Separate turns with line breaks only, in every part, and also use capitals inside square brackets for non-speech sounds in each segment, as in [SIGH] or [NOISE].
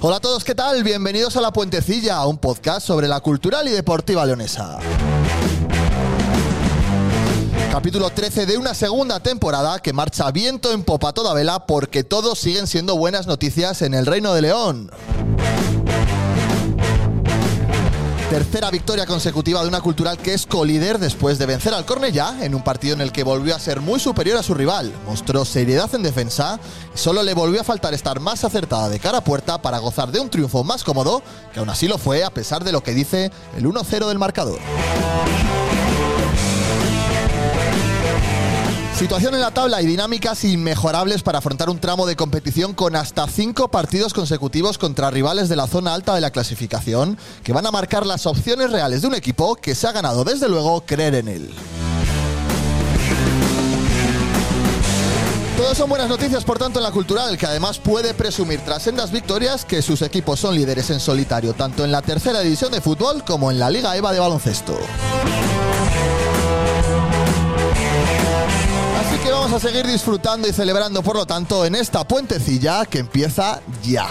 Hola a todos, ¿qué tal? Bienvenidos a La Puentecilla, un podcast sobre la cultural y deportiva leonesa. Capítulo 13 de una segunda temporada que marcha viento en popa a toda vela porque todos siguen siendo buenas noticias en el Reino de León. Tercera victoria consecutiva de una cultural que es colíder después de vencer al Cornellá en un partido en el que volvió a ser muy superior a su rival. Mostró seriedad en defensa y solo le volvió a faltar estar más acertada de cara a puerta para gozar de un triunfo más cómodo, que aún así lo fue a pesar de lo que dice el 1-0 del marcador. Situación en la tabla y dinámicas inmejorables para afrontar un tramo de competición con hasta cinco partidos consecutivos contra rivales de la zona alta de la clasificación, que van a marcar las opciones reales de un equipo que se ha ganado desde luego creer en él. Todos son buenas noticias, por tanto, en la cultural, que además puede presumir tras sendas victorias que sus equipos son líderes en solitario, tanto en la tercera división de fútbol como en la Liga EVA de baloncesto. Así que vamos a seguir disfrutando y celebrando, por lo tanto, en esta puentecilla que empieza ya.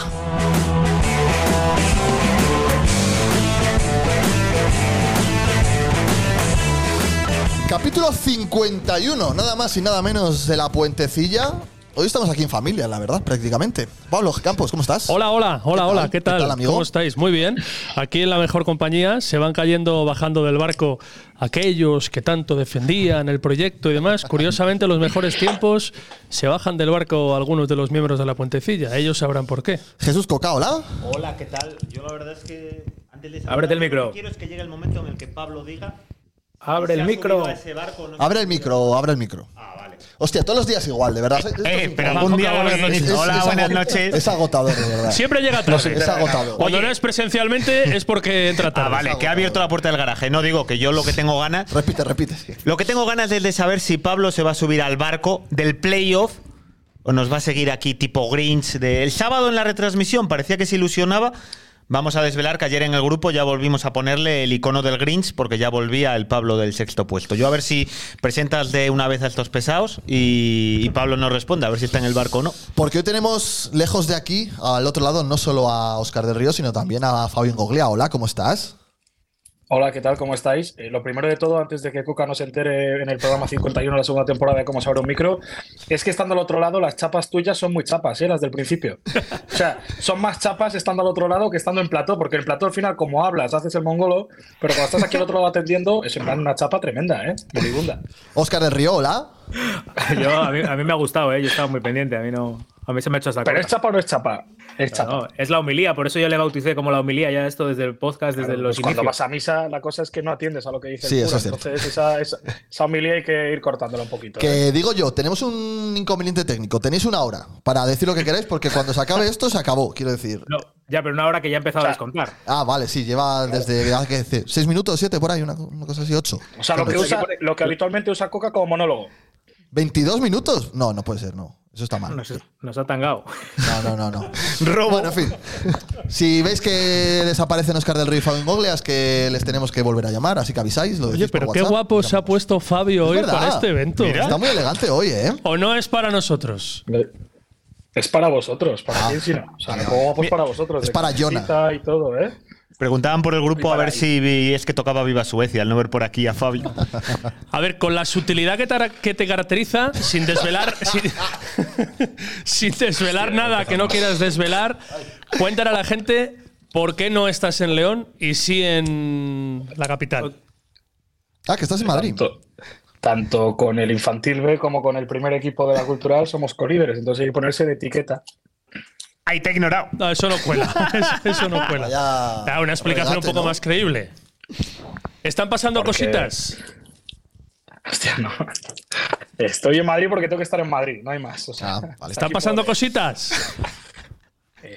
Capítulo 51, nada más y nada menos de la puentecilla. Hoy estamos aquí en familia, la verdad, prácticamente. Pablo Campos, ¿cómo estás?
Hola, hola, hola,
tal?
hola, ¿qué tal?
¿Qué tal, amigo?
¿Cómo estáis? Muy bien. Aquí en la mejor compañía se van cayendo, bajando del barco aquellos que tanto defendían el proyecto y demás. Curiosamente, los mejores tiempos se bajan del barco algunos de los miembros de la puentecilla. Ellos sabrán por qué.
Jesús Coca, hola.
Hola, ¿qué tal? Yo la verdad es que antes de
Ábrete el
lo que
micro.
quiero es que llegue el momento en el que Pablo diga. si
Abre el
ha
micro.
subido a ese barco o no.
Abre el micro, abre el micro.
Ah, vale.
Hostia, todos los días igual, de verdad.
Eh, pero algún día buenas noches. Hola, buenas noches.
Es agotador, de verdad.
Siempre llega tarde.
Es agotador.
Cuando no es presencialmente es porque entra tarde.
Ah, vale, que ha abierto la puerta del garaje. No digo que yo lo que tengo ganas.
Repite, repite. sí.
Lo que tengo ganas es de saber si Pablo se va a subir al barco del playoff o nos va a seguir aquí tipo Grinch. de- El sábado en la retransmisión parecía que se ilusionaba. Vamos a desvelar que ayer en el grupo ya volvimos a ponerle el icono del Grinch porque ya volvía el Pablo del sexto puesto. Yo a ver si presentas de una vez a estos pesados y, y Pablo nos responde, a ver si está en el barco o no.
Porque hoy tenemos lejos de aquí, al otro lado, no solo a Oscar del Río, sino también a Fabián Goglia. Hola, ¿cómo estás?
Hola, ¿qué tal? ¿Cómo estáis? Eh, lo primero de todo, antes de que Coca nos entere en el programa 51 de la segunda temporada de Cómo se abre un micro, es que estando al otro lado, las chapas tuyas son muy chapas, ¿eh? las del principio. O sea, son más chapas estando al otro lado que estando en plató, porque en plató al final, como hablas, haces el mongolo, pero cuando estás aquí al otro lado atendiendo, es en plan una chapa tremenda, ¿eh? Moribunda.
Oscar del Río, hola.
[LAUGHS] Yo, a, mí, a mí me ha gustado, ¿eh? yo estaba muy pendiente. A mí, no, a mí se me ha hecho hasta
¿Pero es
corta.
chapa o no es chapa? Es
Pero no,
chapa.
es la homilía, por eso yo le bauticé como la homilía ya esto desde el podcast, desde
Claro,
los
pues cuando
inicios.
vas a misa, la cosa es que no atiendes a lo que dice
Sí, eso
el cura.
es cierto.
Entonces, esa, esa, esa homilía hay que ir cortándola un poquito. ¿eh?
Que digo yo, tenemos un inconveniente técnico. Tenéis una hora para decir lo que queráis, porque cuando se acabe esto, se acabó, quiero decir.
No, ya, pero una hora que ya ha empezado
O sea,
a descontar.
Ah, vale, sí, lleva desde hace ¿qué? seis minutos, siete por ahí, una, una cosa así, ocho.
O sea, lo que, usa- lo que habitualmente usa Coca como monólogo.
22 minutos. No, no puede ser, no. Eso está mal.
Nos, nos ha tangado.
No, no, no, no. Bueno, en fin. Si veis que desaparecen Oscar del Río y Fabián Goglia, es que les tenemos que volver a llamar, así que avisáis. Lo
Oye,
decís por
pero qué
WhatsApp.
guapo se ha
Llamamos.
puesto Fabio
Es
hoy
verdad.
para este evento.
Está muy elegante hoy, ¿eh?
¿O no es para nosotros?
Es para vosotros, para
Ah.
quién si no. O sea, como pues para vosotros.
Es
de
para Jonah.
camisita Y todo, ¿eh?
Preguntaban por el grupo a
para
ver
ahí.
si vi- es que tocaba Viva Suecia, al no ver por aquí a Fabio.
A ver, con la sutilidad que te, que te caracteriza,
[LAUGHS]
sin desvelar, sin, sin desvelar nada que no quieras desvelar, cuéntale a la gente por qué no estás en León y sí en la capital.
Ah, que estás en Madrid.
To- Tanto con el infantil B como con el primer equipo de la cultural somos colíderes, entonces hay que ponerse de etiqueta. [LAUGHS]
Ahí te he ignorado.
No, eso no cuela. Eso- Eso no cuela.
Vaya
Da una explicación un
regate,
poco
¿no?
más creíble. ¿Están pasando
Porque-
cositas?
Hostia, no. Estoy en Madrid porque tengo que estar en Madrid, no hay más. o sea,
Ah, vale.
hasta
¿Están
aquí
pasando
puedo
cositas?
[LAUGHS] leer. [LAUGHS]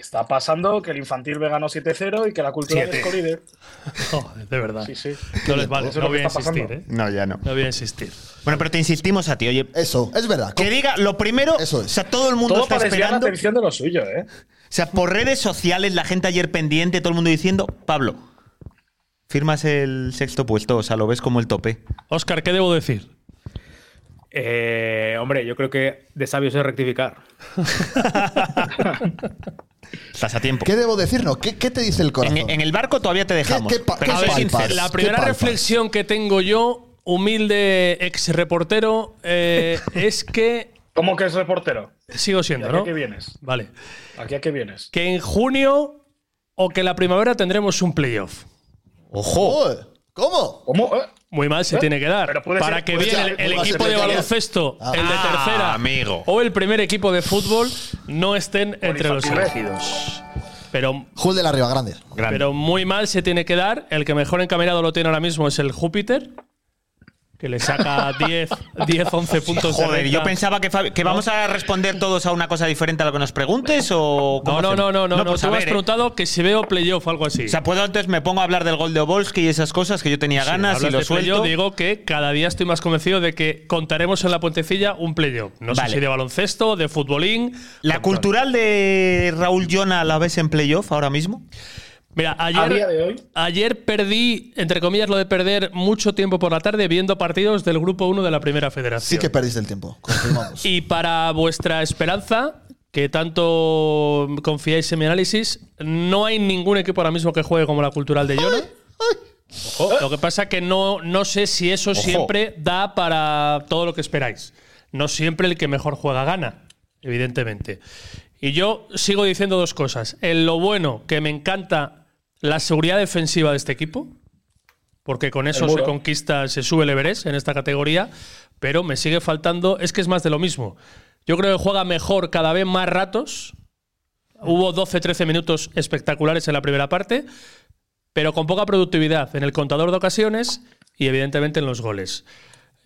Está pasando que el infantil vegano 7-0 y que la cultura
Siete.
es colíder.
Joder, de verdad.
Sí, sí.
No les vale,
Eso
no
es lo
voy
que
a
está pasando.
insistir, ¿eh?
No, ya no.
No voy a insistir.
Bueno, pero te insistimos a ti, oye.
Eso, es verdad.
Que diga lo primero,
Eso es.
o sea, todo el mundo
Todo
está
para desviar la
esperando.
atención de lo suyo, ¿eh?
O sea, por redes sociales, la gente ayer pendiente, todo el mundo diciendo, Pablo, firmas el sexto puesto, o sea, lo ves como el tope.
Oscar, ¿qué debo decir?
Eh, hombre, yo creo que de sabios es rectificar.
Estás a tiempo.
¿Qué debo decir? No, ¿qué, qué te dice el
En,
corazón?
en el barco todavía te dejamos.
qué pa-
pero
qué
sé
palpas?
sincero.
La
¿Qué
primera
palpas?
reflexión que tengo yo, humilde ex reportero, eh, es que
¿Cómo que es reportero?
sigo
¿Y
siendo,
aquí a
¿no?
qué vienes?
Vale.
¿Aquí a qué vienes?
Que en junio o que la primavera tendremos un playoff.
Ojo.
Joder, ¿Cómo?
¿Cómo? ¿Eh?
Muy mal se
¿Eh?
tiene que dar.
Pero puede
Para
ser-
que
puede
viene
ser-
el, el
puede
equipo
ser
de
que haya-
baloncesto,
Ah.
el de
Ah,
tercera
amigo.
o el primer equipo de fútbol no estén entre los
infantiles.
elegidos. Pero,
Jul de la Riva Grande.
Grande.
pero muy mal se tiene que dar. El que mejor encaminado lo tiene ahora mismo es el Júpiter, que le
[LAUGHS]
saca 10, 10 11 puntos de
Joder,
renta.
yo pensaba que, Fabi- que vamos a responder todos a una cosa diferente a lo que nos preguntes o.
No,
cómo
no, no,
hacemos?
no, no, no.
pues
Tú
a
me
ver,
has
¿eh?
preguntado que si veo playoff o algo así.
O sea, puedo antes me pongo a hablar del gol de Obolski y esas cosas que yo tenía ganas
Hablas
y lo
de playoff,
suelto.
digo que cada día estoy más convencido de que contaremos en la puentecilla un playoff. No
Vale.
sé si de baloncesto, de futbolín.
¿La cultural de Raúl Jona la ves en playoff ahora mismo?
Mira,
A día de
ayer,
hoy,
ayer perdí, entre comillas, lo de perder mucho tiempo por la tarde viendo partidos del grupo 1 de la Primera
Sí
Federación.
que perdiste el tiempo, [LAUGHS] confirmamos.
y para vuestra esperanza, que tanto confiáis en mi análisis, no hay ningún equipo ahora mismo que juegue como la cultural de Yona. Lo que pasa que no, no sé si eso siempre da para todo lo que esperáis. No siempre el que mejor juega gana, evidentemente. Y yo sigo diciendo dos cosas. En lo bueno, que me encanta la seguridad defensiva de este equipo, porque con eso se
muro.
conquista, se sube el Everest en esta categoría, pero me sigue faltando, es que es más de lo mismo. Yo creo que juega mejor cada vez más ratos. Hubo 12-13 minutos espectaculares en la primera parte, pero con poca productividad en el contador de ocasiones y evidentemente en los goles.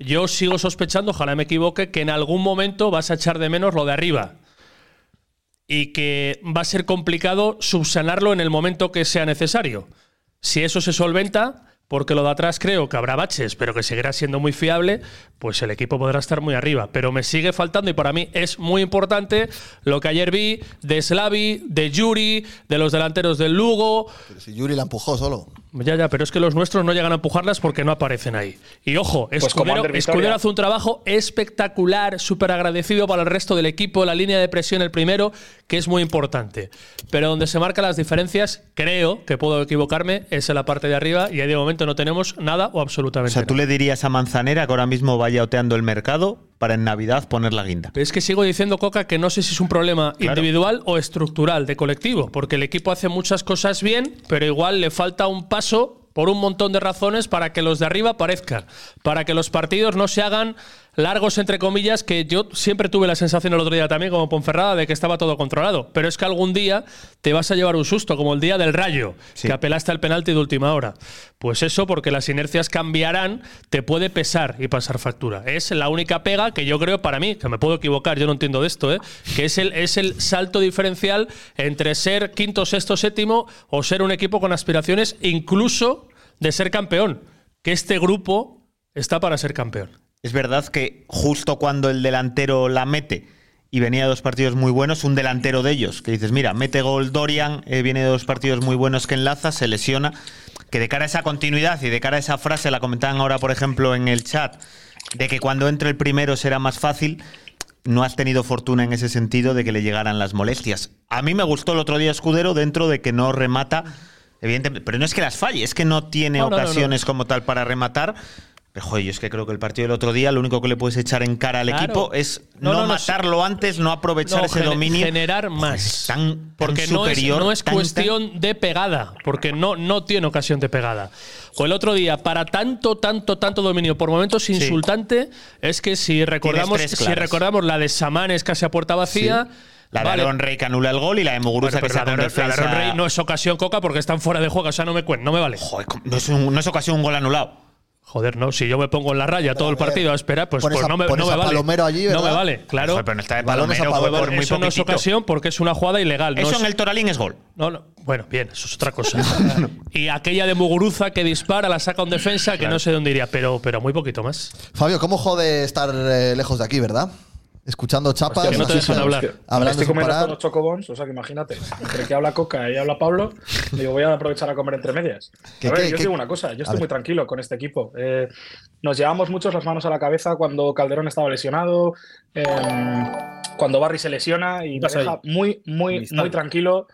Yo sigo sospechando, ojalá me equivoque, que en algún momento vas a echar de menos lo de arriba y que va a ser complicado subsanarlo en el momento que sea necesario. Si eso se solventa, porque lo de atrás creo que habrá baches, pero que seguirá siendo muy fiable, pues el equipo podrá estar muy arriba. Pero me sigue faltando, y para mí es muy importante, lo que ayer vi de Slavi, de Yuri, de los delanteros del Lugo.
Pero si Yuri la empujó solo.
Ya, ya, pero es que los nuestros no llegan a empujarlas porque no aparecen ahí. Y ojo,
como
Escudero,
Ander Vitoria.
Escudero hace un trabajo espectacular, súper agradecido para el resto del equipo, la línea de presión el primero, que es muy importante. Pero donde se marcan las diferencias, creo que puedo equivocarme, es en la parte de arriba y ahí de momento no tenemos nada o
O
absolutamente
sea, tú
nada.
le dirías a Manzanera que ahora mismo vaya oteando el mercado para en Navidad poner la guinda.
Pero es que sigo diciendo, Coca, que no sé si es un problema
Claro.
individual o estructural de colectivo, porque el equipo hace muchas cosas bien, pero igual le falta un paso por un montón de razones para que los de arriba aparezcan, para que los partidos no se hagan largos, entre comillas, que yo siempre tuve la sensación el otro día también, como Ponferrada, de que estaba todo controlado, pero es que algún día te vas a llevar un susto, como el día del rayo,
Sí.
que apelaste al penalti de última hora. Pues eso, porque las inercias cambiarán, te puede pesar y pasar factura. Es la única pega que yo creo para mí, que me puedo equivocar, yo no entiendo de esto, ¿eh? que es el, es el salto diferencial entre ser quinto, sexto, séptimo o ser un equipo con aspiraciones incluso de ser campeón. Que este grupo está para ser campeón.
Es verdad que justo cuando el delantero la mete y venía de dos partidos muy buenos, un delantero de ellos, que dices, mira, mete gol Dorian, eh, viene de dos partidos muy buenos que enlaza, se lesiona, que de cara a esa continuidad y de cara a esa frase, la comentaban ahora, por ejemplo, en el chat, de que cuando entre el primero será más fácil, no has tenido fortuna en ese sentido de que le llegaran las molestias. A mí me gustó el otro día Escudero dentro de que no remata, evidentemente, pero no es que las falle, es que no tiene
No, no, no, no.
ocasiones como tal para rematar. Pero, joder, yo es que creo que el partido del otro día lo único que le puedes echar en cara al
Claro.
equipo es
No,
no,
no, no,
matarlo antes, no aprovechar
No,
ese
gener-
dominio.
generar más.
Es tan- tan
porque no es-
superior,
no es,
tan- tan-
cuestión de pegada, porque no, no tiene ocasión de pegada. O el otro día, para tanto, tanto, tanto dominio, por momentos insultante, es que si recordamos,
tres
si
claras.
recordamos la de Samanes casi a puerta vacía.
La de
vale.
Aaron Rey que anula el gol y la de
Bueno,
Muguruza que
pero
saca
la
un
de- la de
defensa.
Aaron Rey no es ocasión coca porque están fuera de juego, o sea, no me cuen, no me vale.
Joder, ¿cómo- no es, un- no es ocasión un gol anulado.
Joder, no. Si yo me pongo en la raya todo el partido a esperar, pues,
Pones
pues
a-
no me,
pones
no me
a
vale.
Palomero allí,
no me
¿verdad?
vale, claro.
Joder, pero no está de
Balones a
Palomero, fue
Palomero.
por muy
eso no es
poquitito.
ocasión porque es una jugada ilegal. no
Eso
es-
en el Toralín es gol.
no, no. Bueno, bien, eso es otra
[LAUGHS]
cosa. y aquella de Muguruza que dispara, la saca un defensa, que no sé dónde iría, pero, pero muy poquito más.
Fabio, ¿cómo jode estar eh, lejos de aquí, verdad? Escuchando chapas.
Hostia, que no te
así,
dejan
pero-
hablar.
Me
Hablando
estoy
sin
comiendo
parar.
hasta los chocobons, o sea que imagínate. Entre que habla Coca y habla Pablo, digo, voy a aprovechar a comer entre medias.
¿Qué,
a ver,
qué,
yo os
qué?
digo una cosa, yo estoy
ver.
muy tranquilo con este equipo. Eh, nos llevamos muchos las manos a la cabeza cuando Calderón estaba lesionado, eh, cuando Barry se lesiona y nos
Estás ahí.
deja muy, muy,
Amistad.
muy tranquilo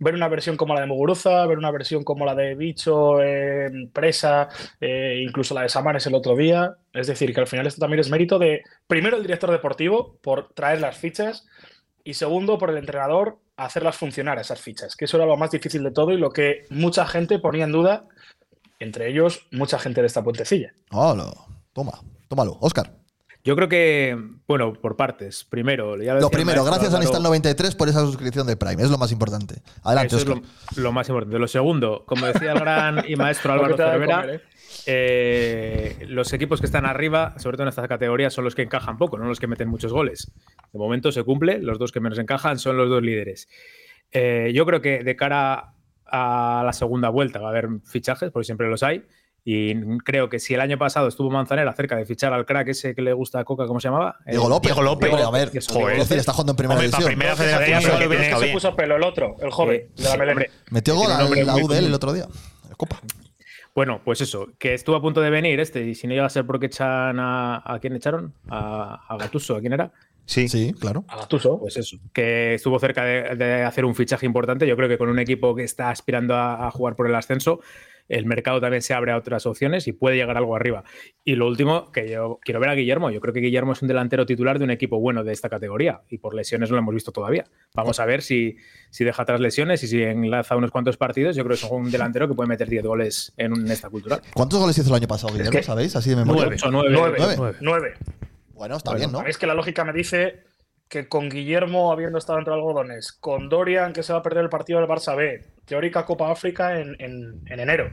ver una versión como la de Muguruza, ver una versión como la de Bicho, eh, Presa, eh, incluso la de Samares el otro día. Es decir, que al final esto también es mérito de, primero, el director deportivo por traer las fichas y segundo, por el entrenador hacerlas funcionar esas fichas, que eso era lo más difícil de todo y lo que mucha gente ponía en duda, entre ellos mucha gente de esta puentecilla.
Hola. Toma, tómalo. Oscar.
Yo creo que, bueno, por partes. Primero,
Lo
ya decía el
primero,
maestro
gracias a
Álvaro,
Anistal93 por esa suscripción de Prime. Es lo más importante. Adelante,
Eso es
Oscar.
lo, lo más importante. Lo segundo, como decía el gran y
[LAUGHS]
maestro
Lo que
Álvaro
te da de
Cervera,
comer, ¿eh?
eh, los equipos que están arriba, sobre todo en esta categoría, son los que encajan poco, no los que meten muchos goles. De momento se cumple, los dos que menos encajan son los dos líderes. Eh, yo creo que de cara a la segunda vuelta va a haber fichajes, porque siempre los hay. Y creo que si el año pasado estuvo Manzanera cerca de fichar al crack ese que le gusta a Coca, ¿cómo se llamaba?
Diego
Eh,
López.
Diego López.
Hombre, a ver,
Eso,
quiero
Joder.
decir, está jugando en primera
Hombre, para
división.
primera
Entonces,
federación
aquel
solo que
que
hubiera estado
se
bien.
puso pelo el otro, el joven,
Eh,
de la
sí,
melena.
hombre.
Metió gol
Tiene un nombre
en la
muy
UDL
común.
el otro día. La Copa.
Bueno, pues eso, que estuvo a punto de venir este, y si no iba a ser porque echan a. ¿A quién echaron? A, a Gatuso, ¿a quién era?
Sí. claro.
A Gattuso.
Pues eso. Que estuvo cerca de, de hacer un fichaje importante. Yo creo que con un equipo que está aspirando a, a jugar por el ascenso, el mercado también se abre a otras opciones y puede llegar algo arriba. Y lo último, que yo quiero ver a Guillermo. Yo creo que Guillermo es un delantero titular de un equipo bueno de esta categoría y por lesiones no lo hemos visto todavía. Vamos a ver si, si deja atrás lesiones y si enlaza unos cuantos partidos. Yo creo que es un delantero que puede meter 10 goles en, un- en esta cultural.
¿Cuántos goles hizo el año pasado, Guillermo?
que-
¿Sabéis? Así de memoria.
Ocho, nueve,
Nueve.
ocho,
Nueve.
Nueve.
Bueno, está
Bueno,
bien, ¿no?
A mí es que la lógica me dice que con Guillermo habiendo estado entre algodones, con Dorian que se va a perder el partido del Barça B, teórica Copa África en, en- en enero,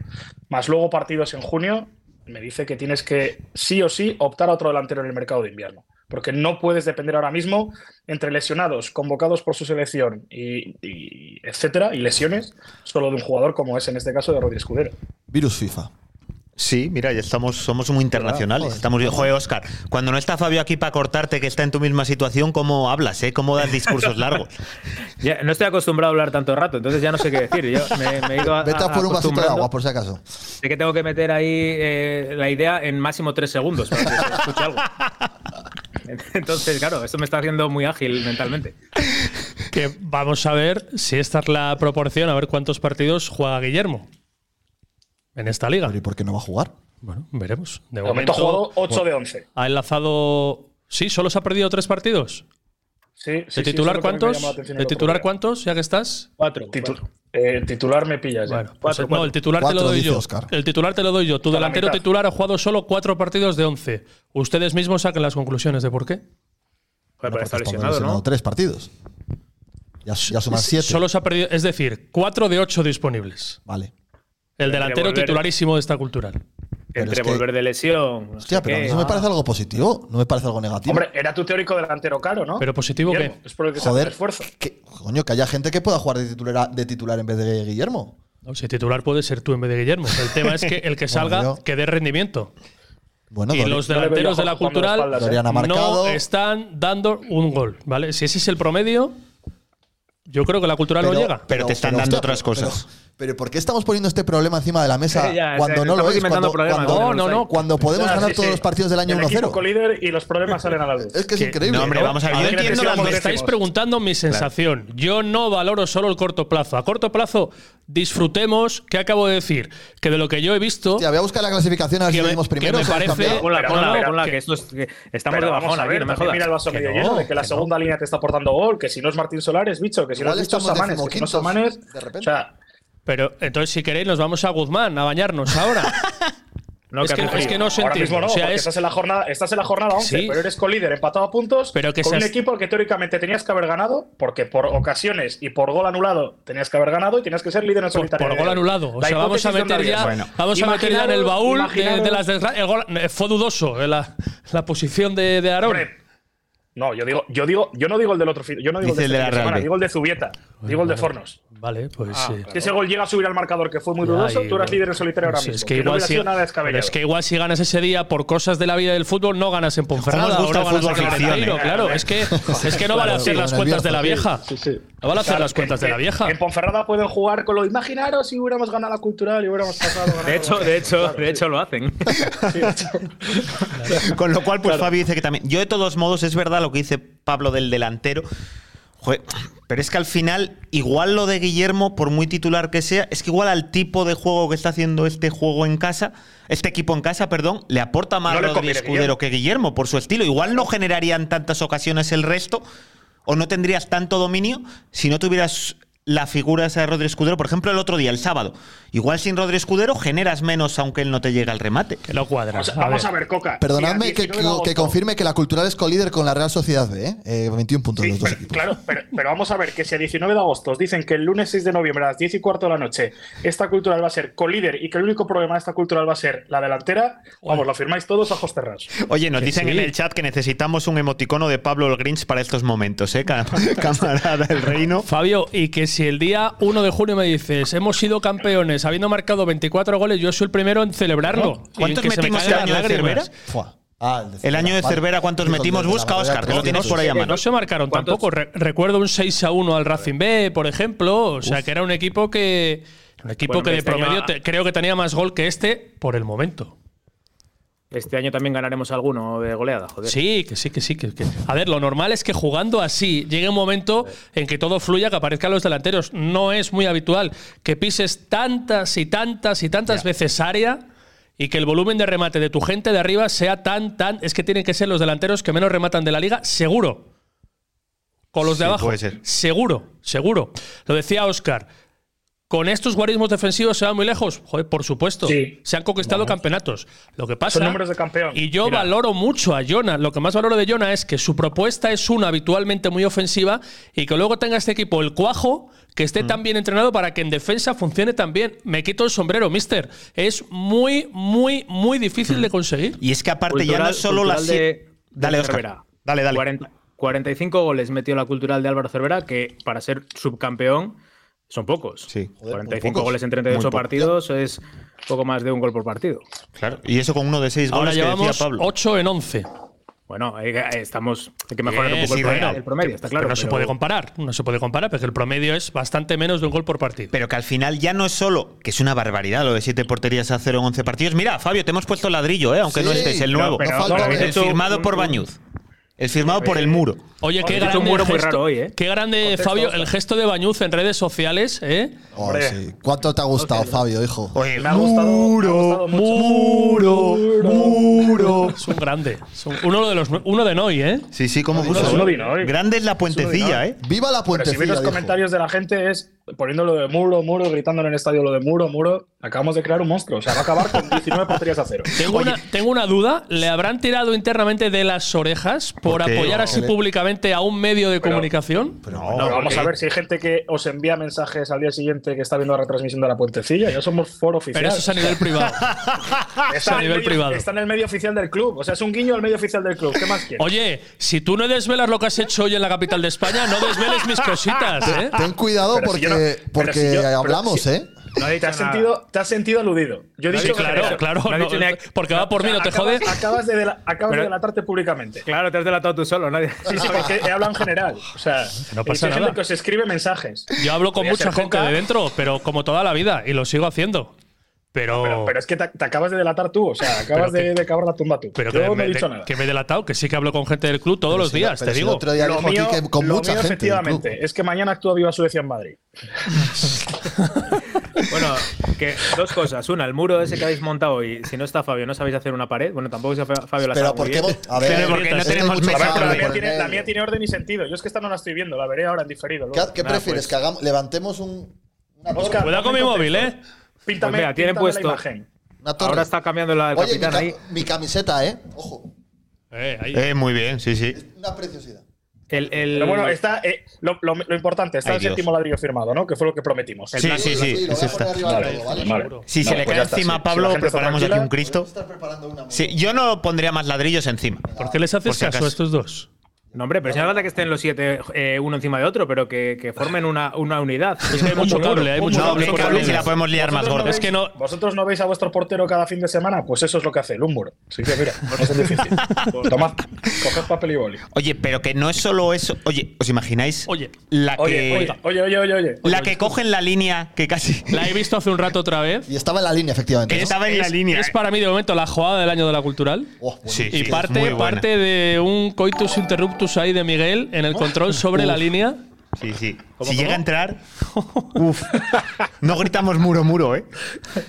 más luego partidos en junio, me dice que tienes que sí o sí optar a otro delantero en el mercado de invierno. Porque no puedes depender ahora mismo entre lesionados, convocados por su selección y, y etcétera, y lesiones, solo de un jugador como es en este caso de Rodri Escudero.
Virus FIFA.
Sí, mira, ya estamos, somos
Ah,
muy internacionales.
Joder.
estamos bien. Joder, Oscar, cuando no está Fabio aquí para cortarte, que está en tu misma situación, ¿cómo hablas, eh? ¿Cómo
[LAUGHS]
das discursos largos?
Ya, no estoy acostumbrado a hablar tanto rato, entonces ya no sé qué decir. Yo me, me he ido a,
Vete a por un vasito de
Ah, acostumbrando
agua, por si acaso.
de que tengo que meter ahí eh, la idea en máximo tres segundos para que se escuche algo. [LAUGHS] Entonces, claro, esto me está haciendo muy ágil mentalmente.
Que vamos a ver si esta es la proporción, a ver cuántos partidos juega Guillermo en esta liga.
Pero ¿y por qué no va a jugar?
Bueno, veremos. De
De momento ha
momento
jugado 8 de 11.
ha enlazado. Sí, solo se ha perdido tres partidos.
Sí, sí,
¿De
sí,
titular
eso es lo que me
cuántos?
llamó la atención el
¿De
otro
titular
día.
cuántos? Ya que estás.
Cuatro.
Titu-
cuatro.
eh, titular me pillas ya.
Bueno, pues,
Cuatro,
no,
cuatro.
el titular te
Cuatro,
lo doy
dice
yo.
Óscar.
El titular te lo doy yo. Tu
Hasta la
delantero
mitad.
titular ha jugado solo cuatro partidos de once. Ustedes mismos saquen las conclusiones de por qué.
Joder, pero
porque
está
estamos
lesionado, ¿no?
Tres partidos. Ya, ya suman siete.
Solo se ha perdido. Es decir, cuatro de ocho disponibles.
Vale.
El delantero
volver-
titularísimo de esta cultural.
Pero
Entre
es que-
volver de lesión. no sé
Hostia, pero
qué.
eso me parece algo positivo. No me parece algo negativo.
Hombre, era tu teórico delantero caro,
Oh.
¿no?
Pero positivo
Guillermo,
que.
Es por el que se hace
Joder.
el esfuerzo.
que- coño, que haya gente que pueda jugar de titular, de titular en vez de Guillermo.
No, si titular puede ser tú en vez de Guillermo. El tema es que el que salga
yo-
que dé rendimiento.
Bueno,
y
Dori-
los
No le veo
delanteros de
a
la
Jorge jugando de
cultural
espaldas, ¿eh?
Dorian ha marcado.
no están dando un gol, ¿vale? Si ese es el promedio, yo creo que la cultural no llega.
pero te están dando otras
pero-
cosas.
Pero, ¿por qué estamos poniendo este problema encima de la mesa
[LAUGHS]
Sí, ya,
cuando no
o sea,
lo
estamos
es? Cuando,
inventando problemas,
cuando-
no, no, no.
cuando podemos
Ah,
ganar
sí,
todos
sí.
los partidos del año
El equipo
1-0.
colíder y los problemas salen a la luz.
Es que es
Que-
increíble.
No, hombre, vamos a ver.
A
Yo
ver,
entiendo
que
las
decíamos
Me
que-
cosas.
estáis preguntando mi sensación. Yo no valoro solo el corto plazo. A corto plazo, disfrutemos, ¿qué acabo de decir? Que de lo que yo he visto,
Hostia, voy a buscar la clasificación a ver
Que
si ¿eh?
me-
venimos
que
primero.
me
o si hemos
parece-
cambiado.
Ponla,
Pero
ponla,
no, mira,
ponla,
que-
que esto es- que estamos
Pero
de
vamos
bajón
a
aquí,
ver,
no me
también
jodas.
mira el vaso
Que
medio
no,
lleno de que la
que
segunda línea te está aportando gol, que si no es Martín Solares, bicho, que si no
Igual
es bicho
estamos
Samanes, que si no es
decimoquintos,
Samanes,
de repente.
o sea, [LAUGHS]
pero entonces si queréis nos vamos a Guzmán a bañarnos ahora.
No,
Es que,
que hace
es que
frío.
no os
Ahora
entiendo.
mismo no,
o sea,
porque
es-
estás en la jornada, estás en la jornada 11,
Sí.
pero eres colíder, empatado a puntos,
Pero que
con un
seas-
equipo que teóricamente tenías que haber ganado, porque por ocasiones y por gol anulado tenías que haber ganado y tenías que ser líder
por,
en solitario.
por gol anulado. O
La
sea, vamos a
hipótesis de
meter
Ondarrias.
ya,
Bueno.
vamos a meter ya en el baúl de- de,
imaginaros-
las desgracias. El gol eh, fue dudoso eh, la, la posición de, de Aarón.
Hombre, No, yo digo, yo digo, yo no digo el del otro fin, yo no digo
Dice
el de,
el de la Real
semana,
B.
digo el de Zubieta, digo el de Fornos.
Vale, pues
Ah,
sí.
Si ese gol llega a subir al marcador que fue muy
Ya,
dudoso,
y-
tú eras líder en solitario
no
ahora
sé,
mismo.
Es
que
que,
no
igual
hubiera
si,
sido nada
pero
descabellado.
es que igual si ganas ese día por cosas de la vida del fútbol, no ganas en Ponferrada.
¿Cómo os gusta
o no
el
ganas
fútbol
en
ficción,
Barreiro,
eh?
Claro, es
[LAUGHS]
que, es que no vale hacer
sí,
las
nervioso,
cuentas de la
sí,
vieja. No vale hacer las cuentas de la vieja.
En Ponferrada pueden jugar con lo imaginaros si hubiéramos ganado la cultural y hubiéramos pasado ganando
De hecho,
la-
de hecho,
Claro,
de hecho
[LAUGHS]
lo hacen.
sí, de hecho.
[LAUGHS] Con lo cual, pues Fabio dice que también. Yo, de todos modos, es verdad lo que dice Pablo del delantero. Jue- pero es que al final, igual lo de Guillermo, por muy titular que sea, es que igual al tipo de juego que está haciendo este juego en casa, este equipo en casa, perdón, le aporta más
No le
Rodri
conviene,
Escudero
Guillermo.
que Guillermo por su estilo. Igual no generarían tantas ocasiones el resto, o no tendrías tanto dominio si no tuvieras la figura esa de Rodri Escudero, por ejemplo, el otro día, el sábado. Igual sin Rodri Escudero generas menos aunque él no te llegue al remate.
Que no cuadra.
Vamos, a,
A
vamos
ver.
a ver, Coca.
Perdonadme
Si a
que,
19
que-
de
que
agosto-
confirme que la Cultural es colíder con la Real Sociedad B, ¿eh? Eh, 21 puntos
Sí,
los dos
pero,
equipos.
claro, pero, pero vamos a ver que si a 19 de agosto os dicen que el lunes 6 de noviembre a las 10 y cuarto de la noche esta cultural va a ser colíder y que el único problema de esta cultural va a ser la delantera, vamos, lo firmáis todos ojos cerrados.
Oye, nos
Que
dicen en
sí.
el chat que necesitamos un emoticono de Pablo el Grinch para estos momentos, ¿eh?
[LAUGHS]
Cam- [LAUGHS] Camarada del Reino.
Fabio, y que si el día 1 de junio me dices, hemos sido campeones, habiendo marcado 24 goles, yo soy el primero en celebrarlo. Y
¿Cuántos
que se me
metimos el
caigan
año de
las lágrimas.
Cervera?
Fua. Ah, de
El año de
vale.
Cervera, ¿cuántos
Digo,
metimos?
de la
Busca,
Real
Oscar, que lo tienes por ahí a mano.
No se marcaron
¿Cuántos?
tampoco. Re- recuerdo un 6 a 1 al Racing B, por ejemplo. O sea, que era un equipo que. Un equipo
Bueno,
que de
este año
promedio
ha-
te- creo que tenía más gol que este por el momento.
Este año también ganaremos alguno de goleada, joder.
Sí, que sí, que sí. Que, que- A ver, lo normal es que jugando así llegue un momento en que todo fluya, que aparezcan los delanteros. No es muy habitual que pises tantas y tantas y tantas veces área y que el volumen de remate de tu gente de arriba sea tan, tan. Es que tienen que ser los delanteros que menos rematan de la liga, seguro. Con los de
Sí,
abajo.
puede ser.
Seguro, seguro. Lo decía Oscar. Con estos guarismos defensivos se van muy lejos. Joder, por supuesto.
Sí.
Se han conquistado campeonatos. Lo que pasa.
Son números de campeón.
Y yo
Mira.
valoro mucho a Jonah. Lo que más valoro de Jonah es que su propuesta es una habitualmente muy ofensiva y que luego tenga este equipo el cuajo que esté tan bien entrenado para que en defensa funcione tan bien. Me quito el sombrero, mister. Es muy, muy, muy difícil de conseguir.
Y es que aparte ya
Cultural-
no es solo
Cultural
las. si-
de- de
Dale, Oscar.
Cervera.
Dale, dale.
40 45 goles metió la cultural de Álvaro Cervera, que para ser subcampeón son pocos.
Sí.
Joder, muy
45
pocos.
goles en
Muy
38
poco.
partidos es poco más de un gol por partido.
Claro. Y eso con uno de seis
Ahora
goles que decía
llevamos
Pablo.
8 en 11.
Bueno, ahí- ahí estamos. Hay que mejorar
Eh,
un poco
sí,
el, promedio,
bueno,
el promedio, está claro.
no se
pero-
puede comparar. No se puede comparar porque el promedio es bastante menos de un gol por partido.
Pero que al final ya no es solo, que es una barbaridad lo de siete porterías a cero en 11 partidos. Mira, Fabio, te hemos puesto el ladrillo, ¿eh? aunque no
Sí,
estés el
no,
nuevo.
pero-
no,
falta,
habéis
eh.
el
hecho
firmado
un-
por
un-
Bañuz. El firmado por el muro.
Oye, qué
Habéis hecho
grande,
un muro muy
gesto,
raro hoy, ¿eh?
qué grande
Contexto,
Fabio,
Oscar.
el gesto de Bañuz en redes sociales, ¿eh?
Oh,
Hombre.
sí. ¿Cuánto te ha gustado, Fabio, hijo?
Oye,
Me ha gustado, me ha gustado mucho.
Muro, muro. Es un grande. Es un- uno de los uno de Noy, ¿eh?
Sí, sí, como
No, es
puso.
uno de hoy.
Grande es la puentecilla, ¿eh?
¡Viva la
Pero si veis
puentecilla!
los
dijo.
comentarios de la gente es poniendo lo de muro, muro, gritando en el estadio lo de muro, muro. Acabamos de crear un monstruo. O sea, va a acabar con 19 porterías a
[LAUGHS]
cero.
Tengo una, tengo una duda. ¿Le habrán tirado internamente de las orejas por
¿Por qué?
apoyar así
Ole.
públicamente a un medio de
Pero-
comunicación?
No,
Pero vamos a ver si hay gente que os envía mensajes al día siguiente que está viendo la retransmisión de la puentecilla. Ya somos foro oficial. Ah,
Pero eso es a nivel privado.
Está
a
en el
nivel
medio-
privado.
Está en el medio oficial del club. O sea, es un guiño al medio oficial del club. ¿Qué más quieres?
Oye, si tú no desvelas lo que has hecho hoy en la capital de España, no desveles mis cositas, ¿eh?
Ten cuidado
Pero si
porque,
yo no- pero
porque
si yo- pero
hablamos,
si-
¿eh?
No ha dicho
te, has
nada.
sentido, te has sentido aludido. Yo he dicho
No
Sí,
dicho
que-
claro, claro.
No ha dicho
no,
ni-
porque va por mí, no te
acabas,
jode.
acabas de, dela- acabas de
Pero-
delatarte públicamente.
Claro, te has delatado tú solo,
[LAUGHS]
nadie.
Sí, sí, porque he hablado en general. O sea,
No pasa
y hay
nada.
gente que os escribe mensajes.
Yo hablo con
Podía
mucha
ser
gente
Coca.
de dentro, pero como toda la vida, y lo sigo haciendo. Pero.
Pero, pero es que te, te acabas de delatar tú, o sea, acabas
Pero que-
de, de cavar la tumba tú.
pero
Yo
que,
no
me,
he dicho
de-
nada.
que me he delatado, que sí que hablo con gente del club todos
Pero
los
si-
días,
pero
te
si
digo.
El otro día
Lo
dijo
mío,
aquí que con
lo
mucha
mío,
gente. del club.
efectivamente, es que mañana actúa Viva Suecia en Madrid.
Bueno, que dos cosas. Una, el muro ese que habéis montado hoy, si no está Fabio, no sabéis hacer una pared. Bueno, tampoco se Fabio la
Pero
sabe muy
porque
bien.
hemos. A ver,
Pero porque no
es que hay
tenemos
mucho
mesa,
cable
Pero la,
por
mía
el
tiene, la
medio.
mía tiene orden y sentido. Yo es que esta no la estoy viendo, la veré ahora en diferido. luego.
¿Qué, qué
Nada,
prefieres?
pues.
¿Que hagamos, levantemos un. Una
Oscar,
Cuidado con mi
ponme en
móvil,
contexto.
¿eh?
Píntame,
Pues mira, tiene
píntame
puesto-
la imagen.
Una torre.
Ahora está cambiando la el
Oye, mi,
capitán
ca-
ahí.
mi camiseta, ¿eh? Ojo,
Eh, ahí.
Eh, muy bien, sí, sí.
una preciosidad.
El, el-
Pero bueno, está, eh, lo, lo- lo importante, está
Ay,
el
Dios.
séptimo ladrillo firmado, ¿no? Que fue lo que prometimos.
Sí, sí, sí.
lo voy
sí
a poner
está.
arriba del todo, ¿vale?
Vale.
Si se
Vale,
le
pues
cae
ya está,
encima
sí.
a Pablo,
Si la gente está
preparamos aquí
tranquila,
un Cristo.
Estás preparando una muy
Sí, yo no pondría más ladrillos encima.
¿Por qué les haces
Por si
caso
acaso.
a estos dos?
No, hombre, pero si no hace falta que estén los siete eh, uno encima de otro, pero que, que formen una, una unidad.
[LAUGHS] Es que hay mucho cable, hay mucho
No,
cable.
bien
por
cable
ahí.
si la podemos liar más
¿Vosotros
gorda.
Es que no.
¿Vosotros no veis a vuestro portero cada fin de semana? Pues eso es lo que hace el Humbur. Así que mira, no es difícil. Tomad, coged papel y boli.
Oye, pero que no es solo eso. Oye, ¿os imagináis?
Oye.
la que,
Oye, oye, oye, oye, oye, oye.
la que coge en la línea que casi. [LAUGHS]
La he visto hace un rato otra vez. [LAUGHS]
Y estaba en la línea, efectivamente. ¿no?
estaba en la
Es-
línea. eh?
Es para mí de momento la jugada del año de la cultural.
Oh, bueno.
Sí.
Y
es muy
parte,
buena.
parte de un coitus interruptus ahí de Miguel en el
[LAUGHS]
control sobre la línea.
Sí, sí. Si llega
[LAUGHS]
a entrar. Uf. No gritamos muro, muro, ¿eh?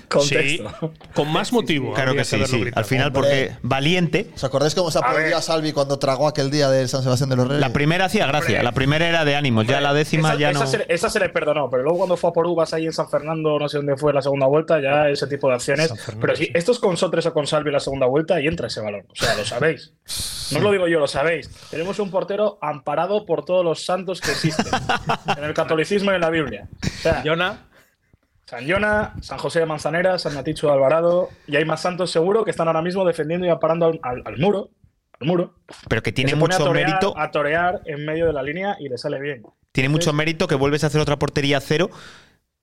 Contexto.
Con más motivo.
Claro que
habría
sí,
haberlo
sí.
gritado.
Al final, porque valiente.
¿Os acordáis cómo se aplaudió a Salvi cuando tragó aquel día del San Sebastián de los Reyes?
La primera hacía gracia. La primera era de ánimos. Ya la décima
esa,
ya
esa
no.
se, le- esa se les perdonó, pero luego cuando fue a por Uvas ahí en San Fernando, no sé dónde fue la segunda vuelta, ya ese tipo de acciones. pero si esto es con Sotres o con Salvi la segunda vuelta y entra ese balón. O sea, lo sabéis. No os lo digo yo, lo sabéis. Tenemos un portero amparado por todos los santos que existen en el catolicismo y en la Biblia. O sea,
Jona,
San Jona, San José de Manzanera, San Natichu de Alvarado y hay más santos seguro que están ahora mismo defendiendo y amparando al, al- al muro. Al muro.
Pero que
que
tiene
se pone a
mucho
torear-
mérito.
A torear en medio de la línea y le sale bien.
Tiene mucho mérito que vuelves a hacer otra portería a cero,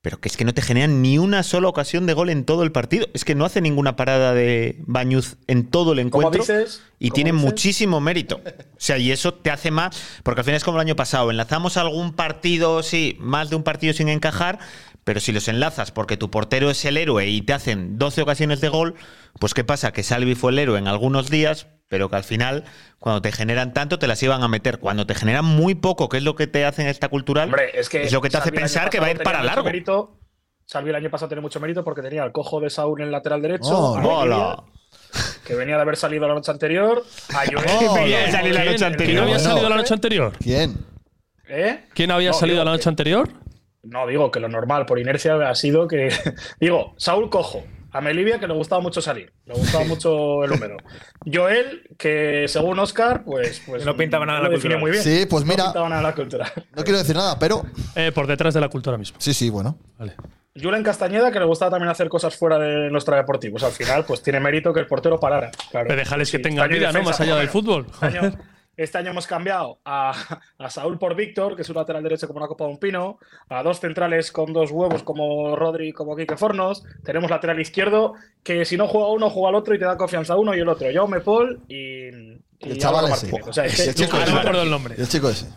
pero que es que no te generan ni una sola ocasión de gol en todo el partido. Es que no hace ninguna parada de Bañuz en todo el
Como
encuentro.
dices.
Y
como
tiene
dices,
muchísimo mérito. O sea, y eso te hace más, porque al final es como el año pasado, enlazamos algún partido, sí, más de un partido sin encajar, pero si los enlazas porque tu portero es el héroe y te hacen 12 ocasiones de gol, pues ¿qué pasa? Que Salvi fue el héroe en algunos días, pero que al final, cuando te generan tanto, te las iban a meter. Cuando te generan muy poco, que es lo que te hacen esta cultural,
Hombre, es que.
lo que te hace
Salvi el año
pensar que va a ir
pasado
para
tenía mucho
largo.
mérito- Salvi el año pasado tenía mucho mérito porque tenía al cojo de Saúl en el lateral derecho.
Oh,
a
Hola.
Alegría, Que venía de haber salido la noche anterior. A Joel,
Oh,
que
venía de
venía
salir la
bien,
noche
el
anterior.
¿Quién había
Bueno.
Joel,
salido la noche anterior?
¿Quién?
¿Eh?
¿Quién había
No,
salido
digo
la
que-
noche anterior?
No, digo que lo normal por inercia ha sido que. [LAUGHS] digo, Saúl Cojo, a Melivia que le gustaba mucho salir, le gustaba mucho el húmedo. Joel, que según Oscar, pues. pues
No pintaba nada en la
lo define
cultural.
muy bien.
Sí, pues
No
mira,
pintaba nada en la cultura.
no quiero decir nada, pero
Eh, por detrás de la cultura mismo.
sí, sí, bueno.
Vale.
Julen Castañeda, que le gustaba también hacer cosas fuera de nuestra deportivos. Al final, pues tiene mérito que el portero parara. Claro.
Pero dejales que
Sí,
tengan
este año
vida, ¿no?
defensa,
Más allá del
bueno.
fútbol.
Este año, este año hemos cambiado a, a Saúl por Víctor, que es un lateral derecho como una copa de un pino, a dos centrales con dos huevos como Rodri y como Quique Fornos. Tenemos lateral izquierdo, que si no juega uno, juega el otro y te da confianza uno y el otro. Jaume Paul y, y
El chaval
Álvaro
ese.
Martínez. O sea, es
Ese
que-
chico
Ah, no
ese.
me acuerdo el nombre.
El chico ese.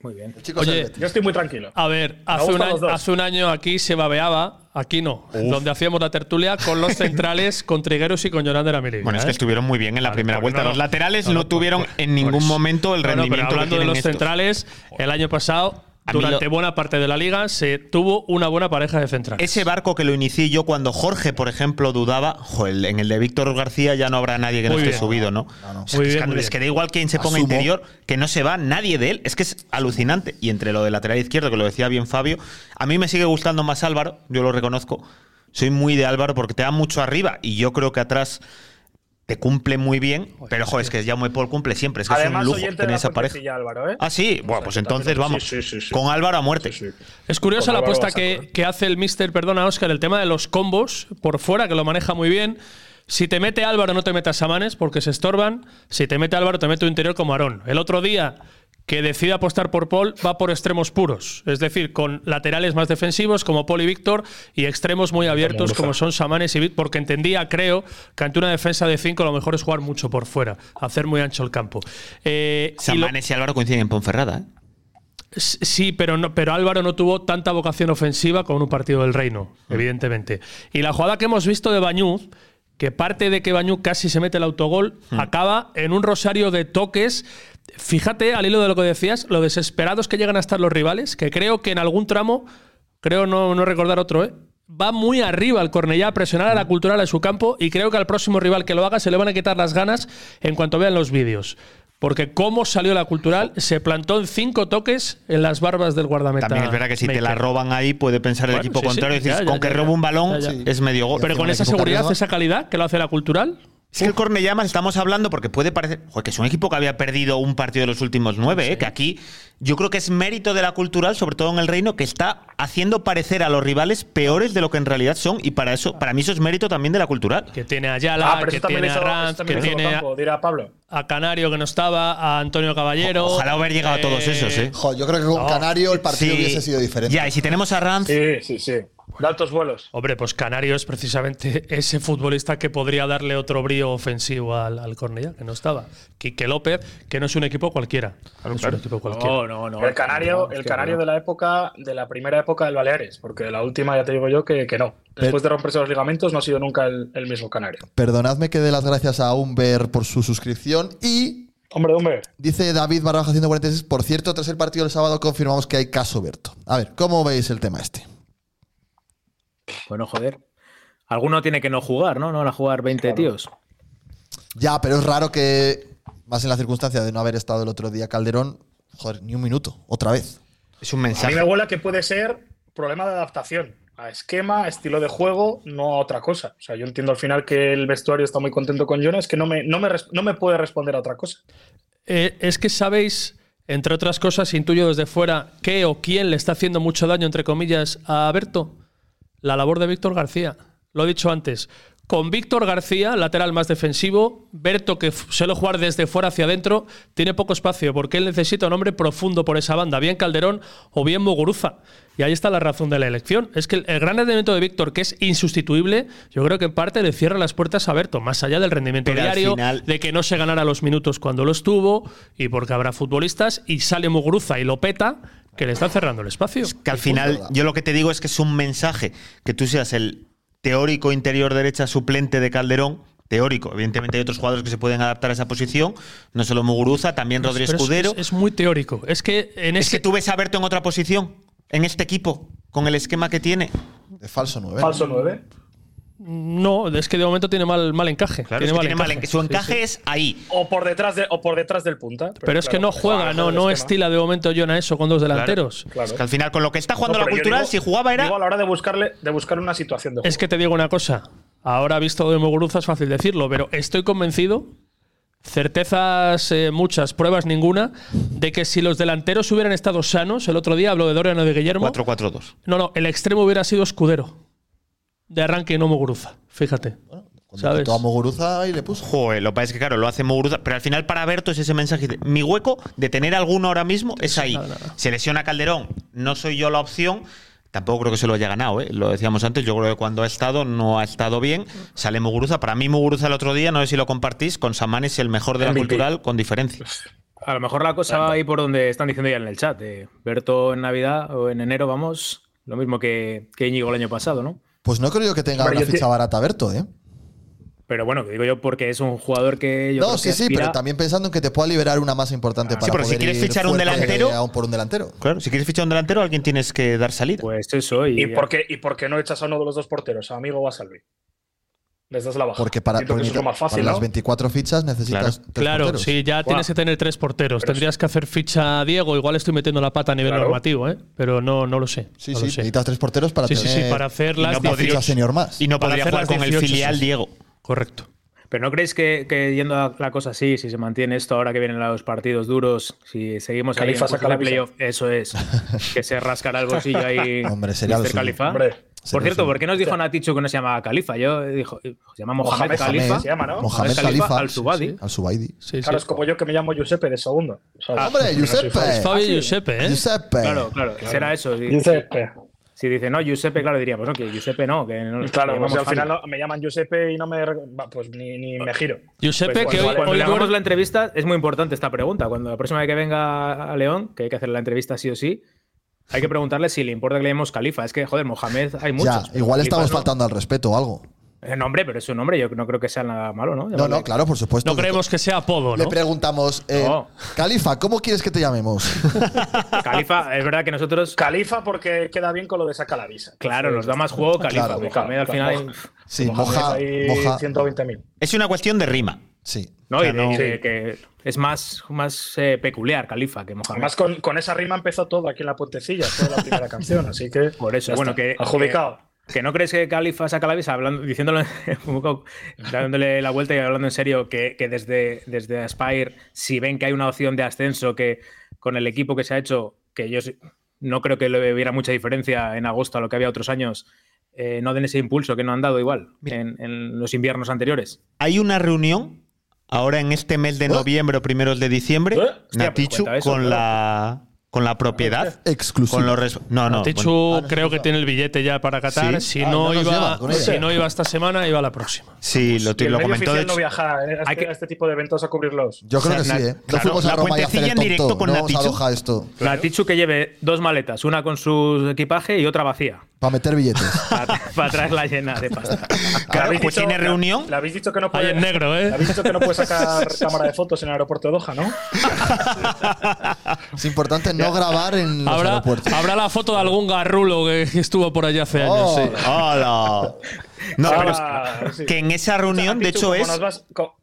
muy bien.
El chico
Oye,
ese del Betis.
yo estoy muy tranquilo.
A ver, hace
gustan
un, año,
los dos.
hace un año aquí se babeaba, aquí no, donde hacíamos la tertulia con los centrales, con Trigueros y con Jonathan de la Melilla,
Bueno, es
¿eh?
que estuvieron muy bien en la
Vale,
primera
porque
vuelta.
no, no.
los laterales
No,
no,
no, por-
tuvieron
por-
en ningún
por eso.
momento el
Pues, Bueno,
rendimiento
pero
que
hablando de
tienen
los
estos.
centrales, el año pasado,
A mí
durante
lo-
buena parte de la liga, se tuvo una buena pareja de centrales.
Ese barco que lo inicié yo cuando Jorge, por ejemplo, dudaba, joel, en el de Víctor García ya no habrá nadie que no
Muy
esté
bien.
subido, ¿no? O sea,
Muy
que es
bien,
que
muy
les
bien.
queda igual quien se ponga
Asumo.
interior, que no se va nadie de él. Es que es alucinante. Y entre lo de lateral izquierdo, que lo decía bien Fabio, a mí me sigue gustando más Álvaro, yo lo reconozco. Soy muy de Álvaro porque te da mucho arriba y yo creo que atrás te cumple muy bien. Pero, joder, es que Jaume Paul cumple siempre. Es que
Además,
es un lujo
oyente de
tener
la
esa pareja.
Fuentecilla, Álvaro, ¿eh?
Ah, sí. Bueno, pues entonces
Sí,
vamos.
sí, sí, sí.
Con Álvaro a muerte.
Sí, sí.
Es curiosa
Con
la
Álvaro
apuesta
Basaco,
que,
¿eh?
que hace el mister, perdona Oscar, el tema de los combos por fuera, que lo maneja muy bien. Si te mete Álvaro, no te metas a Manes porque se estorban. Si te mete Álvaro, te mete un interior como Aarón. El otro día que decide apostar por Paul, va por extremos puros. Es decir, con laterales más defensivos como Paul y Víctor y extremos muy abiertos como son Samanes y Víctor, porque entendía, creo, que ante una defensa de 5 lo mejor es jugar mucho por fuera, hacer muy ancho el campo. Eh, y lo-
Samanes y Álvaro coinciden en Ponferrada, ¿eh?
S- Sí, pero, no, pero Álvaro no tuvo tanta vocación ofensiva con un partido del Reino, evidentemente. Y la jugada que hemos visto de Bañuz, que parte de que Bañuz casi se mete el autogol, acaba en un rosario de toques. Fíjate, al hilo de lo que decías, lo desesperados que llegan a estar los rivales, que creo que en algún tramo, creo no, no recordar otro, ¿eh? va muy arriba el Cornellá a presionar
Mm.
a la cultural de su campo y creo que al próximo rival que lo haga se le van a quitar las ganas en cuanto vean los vídeos. Porque cómo salió la cultural, se plantó en cinco toques en las barbas del guardameta.
También es verdad que si te
Maker.
la roban ahí, puede pensar el
Bueno,
equipo
sí, sí,
contrario y decir,
ya, ya,
con que
ya,
robo
ya.
un balón
Ya, ya.
es medio gol.
Pero con esa seguridad, esa calidad que lo hace la cultural,
Es que el Cornellá más estamos hablando porque puede parecer joder, que es un equipo que había perdido un partido de los últimos nueve, eh, que aquí yo creo que es mérito de la cultural, sobre todo en el reino, que está haciendo parecer a los rivales peores de lo que en realidad son y para eso, para mí eso es mérito también de la cultural.
que tiene a Ayala,
Ah, pero
que
eso también
tiene a
hizo, eso
Ranz, que
también hizo
tiene a,
Ocampo, dirá Pablo.
a Canario que no estaba, a Antonio Caballero.
O- ojalá hubiera llegado a todos esos, eh.
Jo, yo creo que con Canario el partido
Sí.
hubiese sido diferente.
Ya, y si tenemos a Ranz,
Sí, sí, sí. De altos vuelos.
Hombre, pues Canario es precisamente [LAUGHS] ese futbolista que podría darle otro brío ofensivo al, al Cornellá, que no estaba. Quique López, que no es un equipo cualquiera. No es un equipo cualquiera.
Oh, No, no, no.
el canario, el canario de la época, de la primera época del Baleares, porque la última ya te digo yo que, que no. Después de romperse los ligamentos no ha sido nunca el, el mismo canario.
Perdonadme que dé las gracias a Humber por su suscripción y
Hombre, hombre.
Dice David Barra Baja 146, por cierto, tras el partido del sábado confirmamos que hay caso Berto. A ver, ¿cómo veis el tema este?
Bueno, joder. Alguno tiene que no jugar, ¿no? No van a jugar 20 tíos.
Ya, pero es raro que, más en la circunstancia de no haber estado el otro día Calderón, joder, ni un minuto, otra vez.
es un
A mí
mensaje.
me huele a que puede ser problema de adaptación a esquema, a estilo de juego, no a otra cosa. O sea, yo entiendo al final que el vestuario está muy contento con Jonas, que no me, no me, res- no me puede responder a otra cosa.
Eh, es que sabéis, entre otras cosas, intuyo desde fuera, qué o quién le está haciendo mucho daño, entre comillas, a Berto. La labor de Víctor García. Lo he dicho antes. Con Víctor García, lateral más defensivo, Berto, que f- suele jugar desde fuera hacia adentro, tiene poco espacio porque él necesita un hombre profundo por esa banda, bien Calderón o bien Muguruza. Y ahí está la razón de la elección. Es que el, el gran rendimiento de Víctor, que es insustituible, yo creo que en parte le cierra las puertas a Berto, más allá del rendimiento
Pero al
diario,
final-
de que no se ganara los minutos cuando lo estuvo y porque habrá futbolistas y sale Muguruza y lo peta, que le está cerrando el espacio.
Que al final, yo lo que te digo es que es un mensaje. Que tú seas el teórico interior derecha suplente de Calderón. Teórico. Evidentemente hay otros jugadores que se pueden adaptar a esa posición. No solo Muguruza, también Rodríguez
Pero es-
Escudero.
Es, es muy teórico. Es que en
Es
este
que tú ves a Berto en otra posición, en este equipo, con el esquema que tiene.
De falso 9.
Falso 9.
no, es que de momento tiene mal, mal encaje.
Claro, es que tiene mal enca- su encaje es ahí.
O por detrás, de, o por detrás del punta.
Pero, es que
claro,
no juega,
claro,
no,
el
no
esquema.
estila de momento Jonah eso con dos delanteros.
Claro.
Es que al final, con lo que está jugando la
No, pero yo
cultural,
digo-
si jugaba era.
digo a la hora de buscarle de buscar una situación de juego.
Es que te digo una cosa. Ahora visto de Muguruza es fácil decirlo, pero estoy convencido, certezas eh, muchas, pruebas ninguna, de que si los delanteros hubieran estado sanos, el otro día hablo de Doriano de Guillermo,
4-4-2.
No, no, el extremo hubiera sido escudero. De arranque y no Muguruza. Fíjate.
Cuando
¿sabes?
quitó a Muguruza y le puso.
Joder, lo que pasa es que, claro, lo hace Muguruza. Pero al final, para Berto, es ese mensaje. de, mi hueco de tener alguno ahora mismo es ahí. Se lesiona Calderón, no soy yo la opción. Tampoco creo que se lo haya ganado, ¿eh? lo decíamos antes. Yo creo que cuando ha estado, no ha estado bien. Sale Muguruza. Para mí, Muguruza el otro día, no sé si lo compartís, con Samanes el mejor de la
MVP.
cultural,
Pues
con diferencia.
A lo mejor la cosa va ahí por donde están diciendo ya en el chat. eh, Berto en Navidad o en enero, vamos. Lo mismo que, que Íñigo el año pasado, ¿no?
Pues no creo que tenga
Hombre,
una
yo te-
ficha barata Berto, ¿eh?
Pero bueno, que digo yo porque es un jugador que yo
No,
creo
sí,
que
sí,
aspira-
pero también pensando en que te pueda liberar una más importante para
pero si
poder
quieres
ir
fichar un
fuerte
delantero-
a un- por un delantero.
Claro, si quieres fichar un delantero, alguien tienes que dar salida.
Pues eso. Y,
¿Y, por qué, ¿Y por qué no echas a uno de los dos porteros, a Amigo o a Salvi? Les das la baja.
Porque para,
Entiendo
porque
que eso es lo más fácil,
para
¿no?
las 24 fichas necesitas. tres
Claro,
porteros.
sí, ya tienes que tener tres porteros. Tendrías que hacer ficha a Diego. Igual estoy metiendo la pata a nivel
Claro.
normativo, ¿eh? pero no, no lo sé.
Sí,
no
sí,
lo sé.
necesitas tres porteros para
Sí, sí,
tener
sí, para hacer
y
las
no para
18.
fichar senior más.
y no
para
podría
hacer
jugar
las
con el
18,
filial
sí.
Diego.
Correcto.
Pero no creéis que, que yendo a la cosa así, si se mantiene esto ahora que vienen los partidos duros, si seguimos ahí en
Califa
puestos
saca la
de playoff, eso es, que se rascará el bolsillo ahí
[LAUGHS] Hombre, sería lo
Mr.
suyo.
Califa.
Hombre,
sería
Por
lo
cierto,
suyo.
¿por qué nos dijo Natichu que no se llamaba Califa? Yo dijo, "Pues se llama Mohamed,
Mohamed
Califa.
se llama, ¿no?
Mohamed Khalifa
al Subadi.
Al Subaidi.
Sí,
Claro, es
sí.
como yo que me llamo Giuseppe de segundo. O sea,
Ah,
pues,
Hombre,
no soy
Giuseppe.
fan.
Fabio
Ah,
Giuseppe, ¿eh?
Giuseppe.
Claro, claro, será eso. Si,
Giuseppe.
si dice no, Giuseppe, claro, diríamos, no, que Giuseppe no, que no.
Claro,
llamamos
pues al
Javi.
final no- me llaman Giuseppe y no me. va, Pues ni, ni me giro.
Giuseppe,
Pues
que hoy,
igual,
Cuando
hoy
le hagamos
duerme-
la entrevista, es muy importante esta pregunta. Cuando la próxima vez que venga a León, que hay que hacer la entrevista sí o sí, hay que preguntarle si le importa que le llamemos Califa. Es que, joder, Mohamed
Ya,
hay muchos.
igual estamos
Califa
faltando al respeto o algo.
No, el nombre, pero es un nombre, yo no creo que sea nada malo, ¿no?
No,
Llamarle-
no, claro, por supuesto.
no creemos que sea apodo,
Le
¿no?
preguntamos, eh,
No.
Califa, ¿cómo quieres que te
[LAUGHS]
llamemos?
Califa, es verdad que nosotros,
Califa porque queda bien con lo de saca la visa. Pues,
claro, nos da más juego Califa.
Claro.
Mohamed al final.
Sí, moja, moja.
Moja. 120.000.
Es una cuestión de rima.
Sí.
¿no?
sea,
y de-
no-
y de que es más, más eh, peculiar Califa que Mohamed.
Además, con, con esa rima empezó todo aquí en la puentecilla, fue la primera canción, así que.
Por eso,
ya
bueno,
está,
que-
Adjudicado.
¿Que no crees que Califa saca la visa hablando, diciéndolo, [LAUGHS] un poco, dándole la vuelta y hablando en serio, que, que desde, desde Aspire, si ven que hay una opción de ascenso, que con el equipo que se ha hecho, que yo sí- no creo que le hubiera mucha diferencia en agosto a lo que había otros años, eh, no den ese impulso que no han dado igual
Mira.
en, en los inviernos anteriores?
Hay una reunión ahora en este mes
¿Eh?
de noviembre o primeros de diciembre,
¿Eh? Hostia,
pues
Natichu,
cuenta eso,
con,
claro.
la, con la propiedad.
Exclusivo.
Con los res- no, no.
Te he
bueno,
dicho,
Ah, no,
creo
sí,
que
va.
tiene el billete ya para Qatar.
Sí.
Si,
Ah,
no
no nos
iba,
lleva con
si
ella.
no iba esta semana, iba la próxima.
sí, lo,
Y el
lo
medio
comentó. de
oficial
hecho-
no viajar eh, a
Hay
este,
que-
a este tipo de eventos a cubrirlos.
Yo creo
O
que
sea,
sí,
na-
¿eh? No
claro,
fuimos a
la
Roma y a hacer
puentecilla
el
en directo
tonto.
con
no os
Natichu.
aloja esto.
Natichu que lleve dos maletas, una con su equipaje y otra vacía,
Para meter billetes.
[LAUGHS]
para, para traerla llena de pasta.
Claro,
¿Le habéis
pues
dicho-
tiene
le-
reunión.
Le habéis dicho que no
Ahí
puede.
en negro,
le
¿eh?
habéis dicho que no puede
[LAUGHS]
sacar cámara de fotos en el aeropuerto de Doha, ¿no?
es importante
[LAUGHS]
no grabar en los
Habrá, [LAUGHS]
aeropuertos.
habrá la foto de algún garrulo que que estuvo por allá hace
Oh,
años. sí.
¡Hola! No, pero
Ah, sí.
que en esa reunión, de
Pichu,
hecho,
como
es
nos vas- co-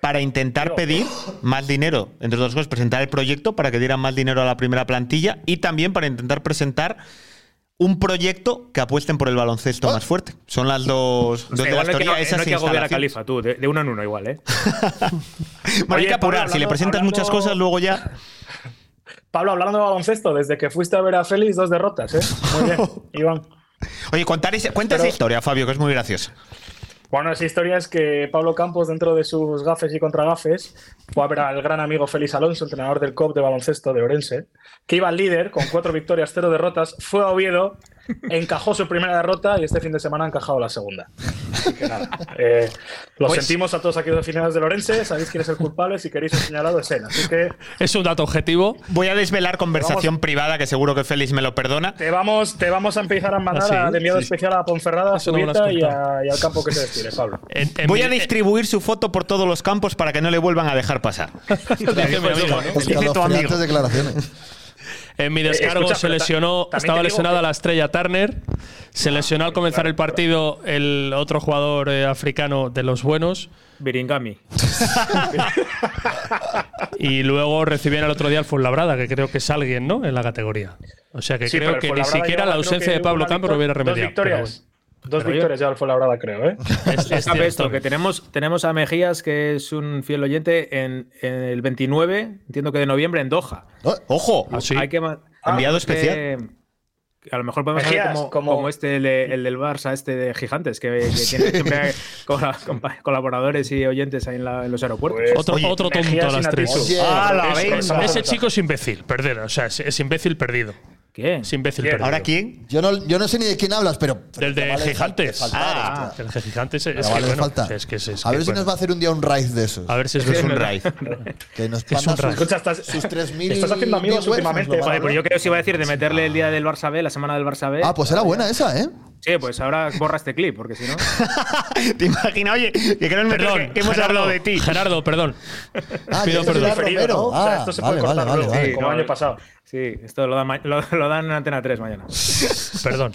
para intentar pedir más dinero. Entre otras cosas, presentar el proyecto para que dieran más dinero a la primera plantilla y también para intentar presentar un proyecto que apuesten por el baloncesto más fuerte. Son las dos, dos
O sea,
de
¿Oh?
las
igual no hay que-
teorías,
no
esas
hay que agobiar a
instalaciones.
Califa, tú, de, de uno en uno igual, ¿eh?
Bueno, hay
Oye,
que apurar.
Pablo,
si le
hablando-
presentas muchas
hablando-
cosas, luego ya.
Pablo, hablando de baloncesto, desde que fuiste a ver a Félix, dos derrotas, ¿eh?
[LAUGHS]
Muy bien, Iván.
Oye, contar ese- cuenta
Pero-
esa historia, Fabio, que es muy graciosa.
Bueno, esa historia es que Pablo Campos, dentro de sus gafes y contragafes, fue a ver al gran amigo Félix Alonso, entrenador del COP de baloncesto de Orense, que iba al líder con cuatro victorias, cero derrotas, fue a Oviedo, encajó su primera derrota y este fin de semana ha encajado la segunda. Así que nada, eh, lo
Pues-
sentimos a todos aquí los aficionados del Orense, sabéis quién es el culpable, si queréis el señalado es él. Así que
Es un dato objetivo.
Voy a desvelar conversación privada, que seguro que Félix me lo perdona.
te vamos, te vamos a empezar a mandar
Ah, sí,
al enviado
sí.
especial a Ponferrada, a
Eso no me lo has
Zubieta y,
contado.
a- y al campo que se destire, Pablo.
En- en
Voy
eh,
mi-
a distribuir su foto por todos los campos para que no le vuelvan a dejar pasar.
[LAUGHS] dice mi amigo, ¿no?
Dice tu amigo.
Escalofriantes declaraciones.
En mi descargo
escucha,
se
pero ta-
lesionó,
también te
estaba
digo
lesionada
que- Ah,
la estrella Turner. Se lesionó al comenzar el partido el otro jugador eh, africano de los buenos.
Biringami.
[LAUGHS]
Y luego recibieron el otro día al Fuenlabrada, que creo que es alguien, ¿no? En la categoría. O sea que
Sí,
creo
pero
que
el
ni
Fuenlabrada
siquiera
lleva,
la
creo
ausencia
que
de Pablo
una
Campos lo hubiera
victoria-
remediado.
Dos
pero
victorias. Dos
Pero yo-
victorias ya al Fuenlabrada, creo, ¿eh?
bueno. Es- es
Sabe
cierto.
esto, que tenemos, tenemos a Mejías, que es un fiel oyente, en, en el 29, entiendo que de noviembre, en Doha.
Ojo,
Ah, sí.
Hay que ma-
Enviado
es que-
especial.
que a lo mejor podemos hacer
Mejías,
como,
como-
como este, el, de- el del Barça, este de Gigantes, que, que tiene siempre [LAUGHS] cola- compa- colaboradores y oyentes ahí en, la- en los aeropuertos.
Pues-
Otro,
Oye,
otro tonto
Mejías
a las
sin
tres.
actitud.
Oye,
Ah, la
Es-
venga.
es- ese chico es imbécil, perder. O sea, es, es imbécil perdido.
¿Qué?
Es imbécil
Bien.
perdido.
¿ahora quién?
Yo no, yo no sé ni de quién hablas, pero.
Del de
Vale,
Gigantes.
te faltaba,
Ah,
hostia.
del de Gigantes es,
Pero
que,
vale,
bueno,
falta.
es que es- es
a ver
que,
si
bueno.
nos va a hacer un día un raid de esos.
A ver si es
Es
verdad.
un raid.
Que nos
es un
manda sus-
raid.
Escucha, estás-
sus 3.000.
te estás haciendo
viewers,
amigos últimamente,
nos lo
Joder,
manda.
pues yo creo que os iba a decir de meterle el día del Barça B, la semana del Barça B.
Ah, pues era buena esa, ¿eh?
Sí, pues ahora borra este clip, porque si no.
[LAUGHS] Te imaginas, oye, que creo
Perdón,
que hemos
Gerardo,
hablado de ti.
Gerardo, perdón.
Ah,
Pido
ya es
perdón.
Pilar
Diferido,
Romero.
¿no? O sea,
Ah,
esto se
vale,
puede
vale,
cortar
vale,
luego,
vale.
Sí,
como
no,
el año pasado.
Sí, esto lo dan, ma- lo- lo dan en Antena 3 mañana.
Perdón.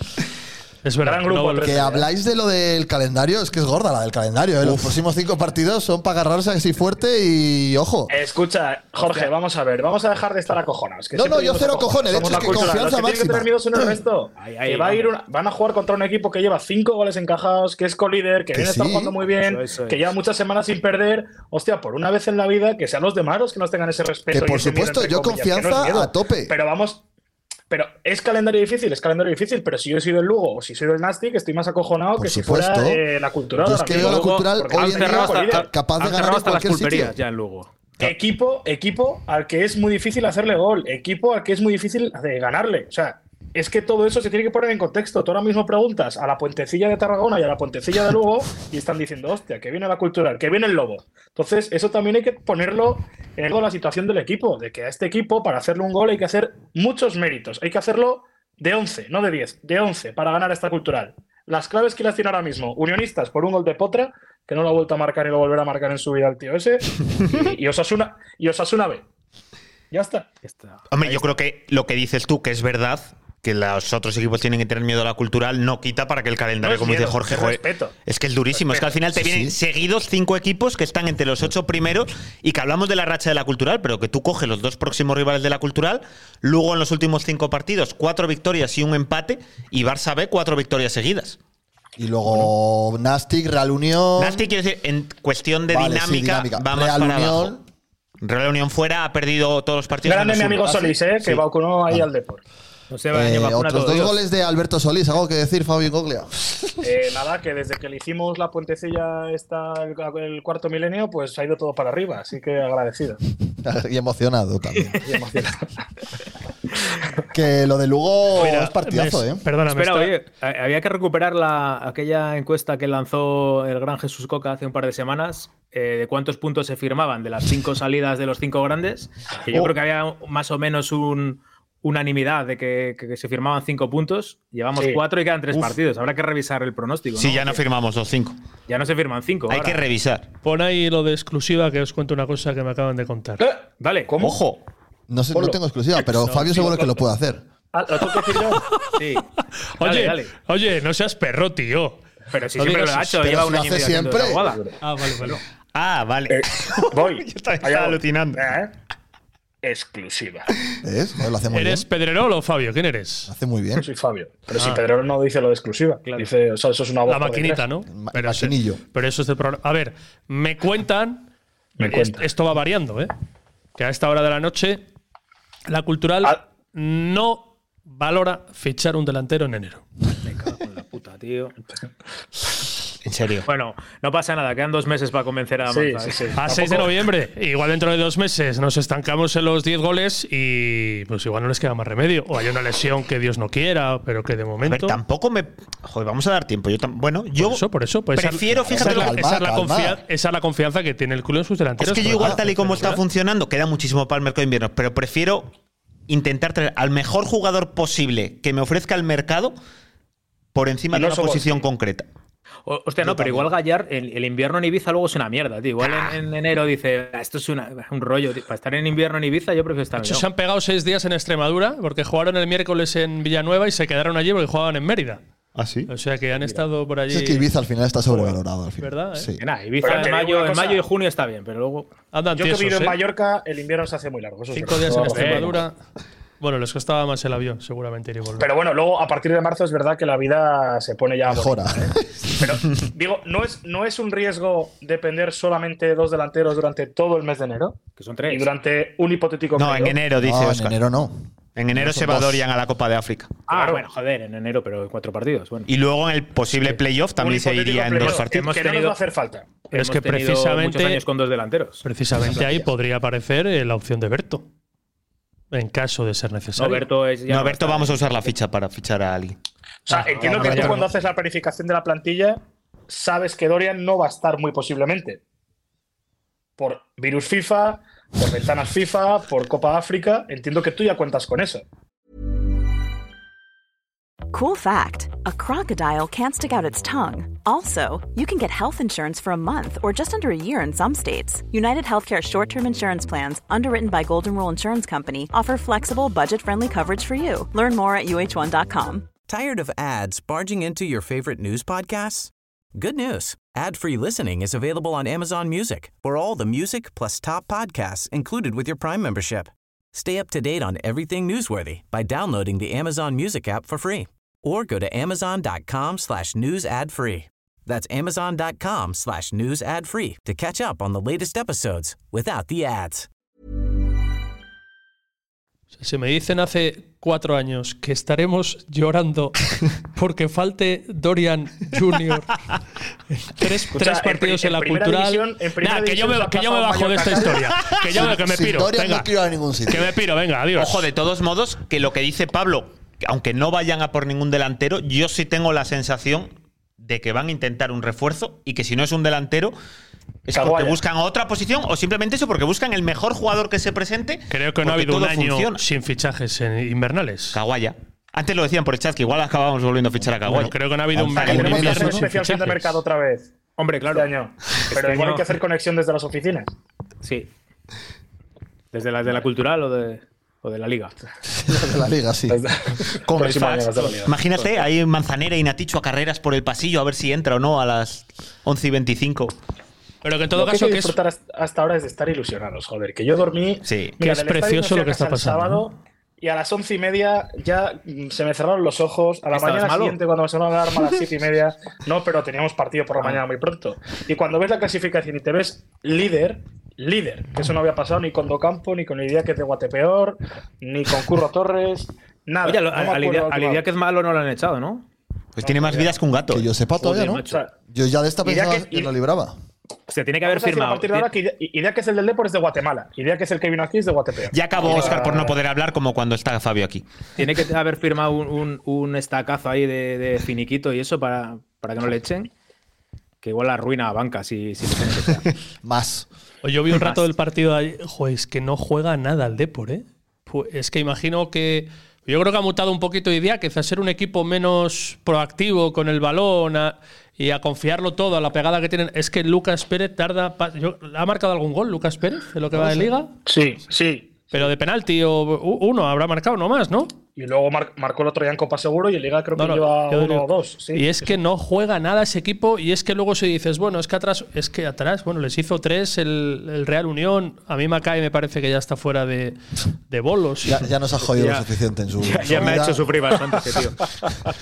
Es verdad.
Gran grupo,
no volveré.
Que habláis de lo del calendario, es que es gorda la del calendario. ¿eh? Los próximos cinco partidos son para agarrarse así fuerte y ojo.
Eh, Escucha, Jorge, vamos a ver, vamos a dejar de estar acojonados. que
No,
siempre
no, yo
vivimos
cero cojones, de
Somos
hecho, es
la
que
cultura.
confianza
Los que tienen que tener
máxima.
miedo son
[LAUGHS]
el resto.
Ahí, ahí,
que va a ir
vamos.
una- van a jugar contra un equipo que lleva cinco goles encajados, que es colíder, que
Que
viene a estar
sí.
jugando muy bien,
Eso, eso
que
es.
lleva muchas semanas sin perder. Hostia, por una vez en la vida, que sean los demás los que nos tengan ese respeto.
Que,
y
por
ese miedo,
supuesto,
entre
yo
comillas, que no es
confianza
miedo.
a tope.
Pero vamos, pero es calendario difícil, es calendario difícil, pero si yo he sido el Lugo o si soy del Nasty, que estoy más acojonado
Por
que si
supuesto.
fuera eh, la cultura.
Yo es que veo la cultural
porque
hoy
han
en
cerrado
día
hasta-
ca- capaz de
han
ganar
cerrado
en
hasta las
cualquier sitio.
pulperías ya en Lugo.
Equipo, equipo al que es muy difícil hacerle gol, equipo al que es muy difícil de ganarle. O sea, es que todo eso se tiene que poner en contexto. Tú ahora mismo preguntas a la puentecilla de Tarragona y a la puentecilla de Lugo y están diciendo, hostia, que viene la cultural, que viene el lobo. Entonces, eso también hay que ponerlo en algo de la situación del equipo, de que a este equipo, para hacerle un gol, hay que hacer muchos méritos. Hay que hacerlo de 11, no de 10, de 11 para ganar esta cultural. Las claves que las tiene ahora mismo, Unionistas por un gol de Potra, que no lo ha vuelto a marcar y lo volverá a marcar en su vida el tío ese, y, y Osasuna, y Osasuna B. Ya está.
Ya está.
Hombre, yo creo que lo que dices tú, que es verdad, que los otros equipos tienen que tener miedo a la cultural, no quita para que el calendario,
No es
como dice
miedo,
Jorge,
es
joder,
respeto.
es que es durísimo. Es que al final te
Sí,
vienen
sí.
seguidos cinco equipos que están entre los ocho primeros y que hablamos de la racha de la cultural, pero que tú coges los dos próximos rivales de la cultural, luego en los últimos cinco partidos, cuatro victorias y un empate, y Barça B, cuatro victorias seguidas.
Y luego Nastic, Real Unión.
Nasti, quiero decir, en cuestión de
Vale, sí,
dinámica,
dinámica.
va más
Real
para
Unión.
abajo. Real Unión fuera, ha perdido todos los partidos.
Grande
menos
mi
uno. Ah,
amigo Solís, ¿eh? que
Sí.
vacunó ahí al Depor.
No se va a
eh,
llevar una
otros
todo
dos
Dios.
goles de Alberto Solís. ¿Algo que decir, Fabio Coglia?
Eh, nada, que desde que le hicimos la puentecilla esta, el, el cuarto milenio, pues ha ido todo para arriba, así que agradecido.
[LAUGHS] y emocionado también.
Y emocionado.
que lo de Lugo
Mira,
es partidazo,
me-
¿eh?
Perdona, me
Espera,
está-
oye, ha- había que recuperar la, aquella encuesta que lanzó el gran Jesús Coca hace un par de semanas. eh, de cuántos puntos se firmaban de las cinco salidas de los cinco grandes. Que yo
Oh.
creo que había más o menos un- unanimidad de que, que- que se firmaban cinco puntos. Llevamos
Sí.
cuatro y quedan tres partidos. Habrá que revisar el pronóstico.
Sí,
¿no?
ya no firmamos los cinco.
Ya no se firman cinco.
Hay
ahora.
que revisar.
pon ahí lo de exclusiva que os cuento una cosa que me acaban de contar.
Vale.
Ojo,
No, sé, no tengo exclusiva, pero Fabio seguro que lo puede hacer.
Ah, ¿Lo tengo que decir yo?
Sí. Dale,
Oye,
dale.
oye, no seas perro, tío.
Pero si
No
siempre lo
digas
ha
eso,
hecho,
pero
lleva
si
un
lo
año y medio
hace
haciendo esa
siempre.
jugada.
Ah, vale, vale.
Ah, vale.
Voy.
[LAUGHS] Yo también
Allá
estaba
voy.
alucinando.
Eh, Exclusiva.
¿Ves? Joder, lo hace muy bien. Ah,
¿Eres Pedrerol o Fabio? ¿Quién eres?
Lo hace muy bien.
Soy Fabio. Pero si Pedro no dice lo de exclusiva, dice, o sea, eso es una voz.
La
por
maquinita,
detrás.
¿no?
Ma-
ese-
maquinillo.
pero eso es el programa. A ver, me cuentan.
Me
es-
cuentan.
Esto va variando, ¿eh? Que a esta hora de la noche, la cultural
Ah.
no valora fichar un delantero en enero.
Puta, tío.
En serio.
Bueno, no pasa nada. Quedan dos meses para convencer a la
Sí,
Manza,
sí,
¿eh?
sí.
A 6 de noviembre. Igual dentro de dos meses nos estancamos en los 10 goles y pues igual no les queda más remedio. O hay una lesión que Dios no quiera, pero que de
A ver,
momento.
tampoco me. Joder, vamos a dar tiempo. Yo tam- Bueno, yo.
por eso, por eso. pues esa-
prefiero,
esa,
fíjate
es la,
lo que-
esa es la
Calma, calma.
confian- esa es la confianza que tiene el culo en sus delanteros.
Es que yo,
pero
igual,
claro,
tal y como está
¿verdad?
funcionando, queda muchísimo para el mercado de invierno, pero prefiero intentar traer al mejor jugador posible que me ofrezca el mercado por encima
Y
de
no
una
somos-
posición concreta.
O- Hostia, no, pero igual Gallar, el, el invierno en Ibiza luego es una mierda, tío. Igual en, en enero dice, "Ah, esto es una- un rollo, tío. Para estar en invierno en Ibiza, yo prefiero estar
De
en
hecho, se
verano".
han pegado seis días en Extremadura porque jugaron el miércoles en Villanueva y se quedaron allí porque jugaban en Mérida.
¿Ah, sí?
O sea que han estado por allí.
Es que Ibiza al final está sobrevalorado. Al final.
¿Verdad, eh?
Sí.
Que nada, Ibiza
Pero te
en
digo
mayo,
una
en
cosa.
mayo y junio está bien, pero luego.
Andan
Yo que he
tiesos,
vivido en
¿eh?
Mallorca, el invierno se hace muy largo. eso es
Cinco
verdad.
días en
Vamos ¿eh? a hacer-
Extremadura. Bueno, les costaba más el avión, seguramente ir y volver.
Pero bueno, luego a partir de marzo es verdad que la vida se pone ya
Mejora.
bonita, ¿eh? Pero digo, ¿no es, ¿no es un riesgo depender solamente de dos delanteros durante todo el mes de enero?
Que son
Y
tres.
durante un hipotético
No,
periodo.
en enero, dice
No, en
Óscar.
enero no.
En enero se
son
va
dos.
Dorian a la Copa de África.
Ah, bueno, joder, en enero, pero en cuatro partidos. Bueno.
Y luego en el posible playoff también
Un
se
hipotético
iría en
periodo
dos partidos.
Hemos
Que no nos
tenido-
va a hacer falta.
Pero es
Hemos
que
tenido
precisamente-
Muchos años con dos delanteros.
Precisamente ahí podría aparecer eh, la opción de Berto. En caso de ser
No,
necesario.
Berto es. ya
No,
no
Berto,
está.
vamos a usar la ficha para fichar a alguien.
O
Ah,
sea, entiendo
no,
que
no,
tú
no.
cuando haces la planificación de la plantilla sabes que Dorian no va a estar muy posiblemente. Por virus FIFA, por ventanas FIFA, por Copa África. Entiendo que tú ya cuentas con eso.
Cool fact a crocodile can't stick out its tongue. Also, you can get health insurance for a month or just under a year in some states. United Healthcare short term insurance plans, underwritten by Golden Rule Insurance Company, offer flexible, budget friendly coverage for you. Learn more at uh1.com.
Tired of ads barging into your favorite news podcasts? Good news. Ad-free listening is available on Amazon Music for all the music plus top podcasts included with your Prime membership. Stay up to date on everything newsworthy by downloading the Amazon Music app for free or go to amazon.com slash news ad free. That's amazon.com slash news ad free to catch up on the latest episodes without the ads.
Si me dicen hace cuatro años que estaremos
[LAUGHS]
llorando porque falte Dorian Jr. tres, tres
en
partidos
pri-
en,
en
la
primera
cultural.
división- en primera
Nah, que yo
división se
me,
ha
que yo me
pasado
bajo de esta
Mallorca.
historia. Que yo me- que me
Sin
piro.
Dorian
Venga,
no quiero ir a ningún sitio.
que me piro, venga, adiós.
Ojo, de todos modos, que lo que dice Pablo, que aunque no vayan a por ningún delantero, yo sí tengo la sensación de que van a intentar un refuerzo y que si no es un delantero, es porque
Caguaya.
buscan otra posición o simplemente eso, porque buscan el mejor jugador que se presente.
Creo que no ha
porque
habido un
todo
año
funciona.
sin fichajes en invernales.
Caguaya. Antes lo decían por el chat que igual acabamos volviendo a fichar a Caguaya.
Bueno, creo que no ha habido un,
Hasta
un
que
Tenemos que hacer
invierno
un
sin
especial fin de
fichajes.
mercado otra vez.
Hombre,
Este
claro.
año. Pero
Este
igual hay
año-
que hacer conexión desde las oficinas.
Sí. ¿Desde la, de la cultural o de.? o de la liga.
[LAUGHS] De la liga, sí.
Con
el fax. Imagínate, hay Manzanera y Naticho a carreras por el pasillo a ver si entra o no a las 11 y 25.
Pero que en
Todo
todo
lo
caso,
que
que
hay que
es.
disfrutar hasta- hasta ahora es de estar ilusionados, joder. Que yo dormí.
Sí.
Que es
del estadio
precioso
fui a
lo que está
casa el
pasando,
sábado y a las once y media ya mm, se me cerraron los ojos. A la
¿Estabas
mañana
malo?
siguiente, cuando me sonó la alarma a las siete y media, no, pero teníamos partido por la mañana muy pronto. Y cuando ves la clasificación y te ves líder, líder, que eso no había pasado ni con Docampo, ni con que de Guatepeor, ni con Curro Torres, nada.
Oye, a,
No me acuerdo la última
idea
vez.
que es malo no lo han echado, ¿no?
Pues tiene más vidas que un gato.
Que yo sepa todavía,
Joder,
¿no?
O sea,
Yo ya de esta
Mira
pensaba
que-
que lo libraba.
O sea, tiene que haber
vamos a decir
firmado. ¿eh?
a partir de ahora que idea, idea que es el del Depor es de Guatemala. Idea que es el que vino aquí es de Guatepeor.
Ya acabó Oscar por no poder hablar como cuando está Fabio aquí.
Tiene que haber firmado un, un- un estacazo ahí de, de finiquito y eso para, para que no le echen. Que igual arruina a banca si, si le ponen que sea.
Más.
Yo vi un rato del partido ahí. Joder, es que no juega nada al Depor, ¿eh? Pues es que imagino que. Yo creo que ha mutado un poquito de idea, quizás ser un equipo menos proactivo con el balón a- y a confiarlo todo a la pegada que tienen. Es que Lucas Pérez tarda. pa- yo- ¿Ha marcado algún gol Lucas Pérez en lo que va de liga?
Sí, sí.
Pero de penalti o u- uno habrá marcado nomás, ¿no?
Y luego mar- marcó el otro día en Copa Seguro y en Liga creo que
No, no,
lleva
yo
uno
digo-
o dos. Sí.
Y es que no juega nada ese equipo y es que luego si dices, bueno, es que atrás, es que atrás, bueno, les hizo tres el, el Real Unión, a mí Macay me parece que ya está fuera de, de bolos.
Ya, ya
[LAUGHS]
nos ha jodido
Ya.
lo suficiente en su.
Ya, ya me ha
vida,
hecho sufrir bastante, ese tío.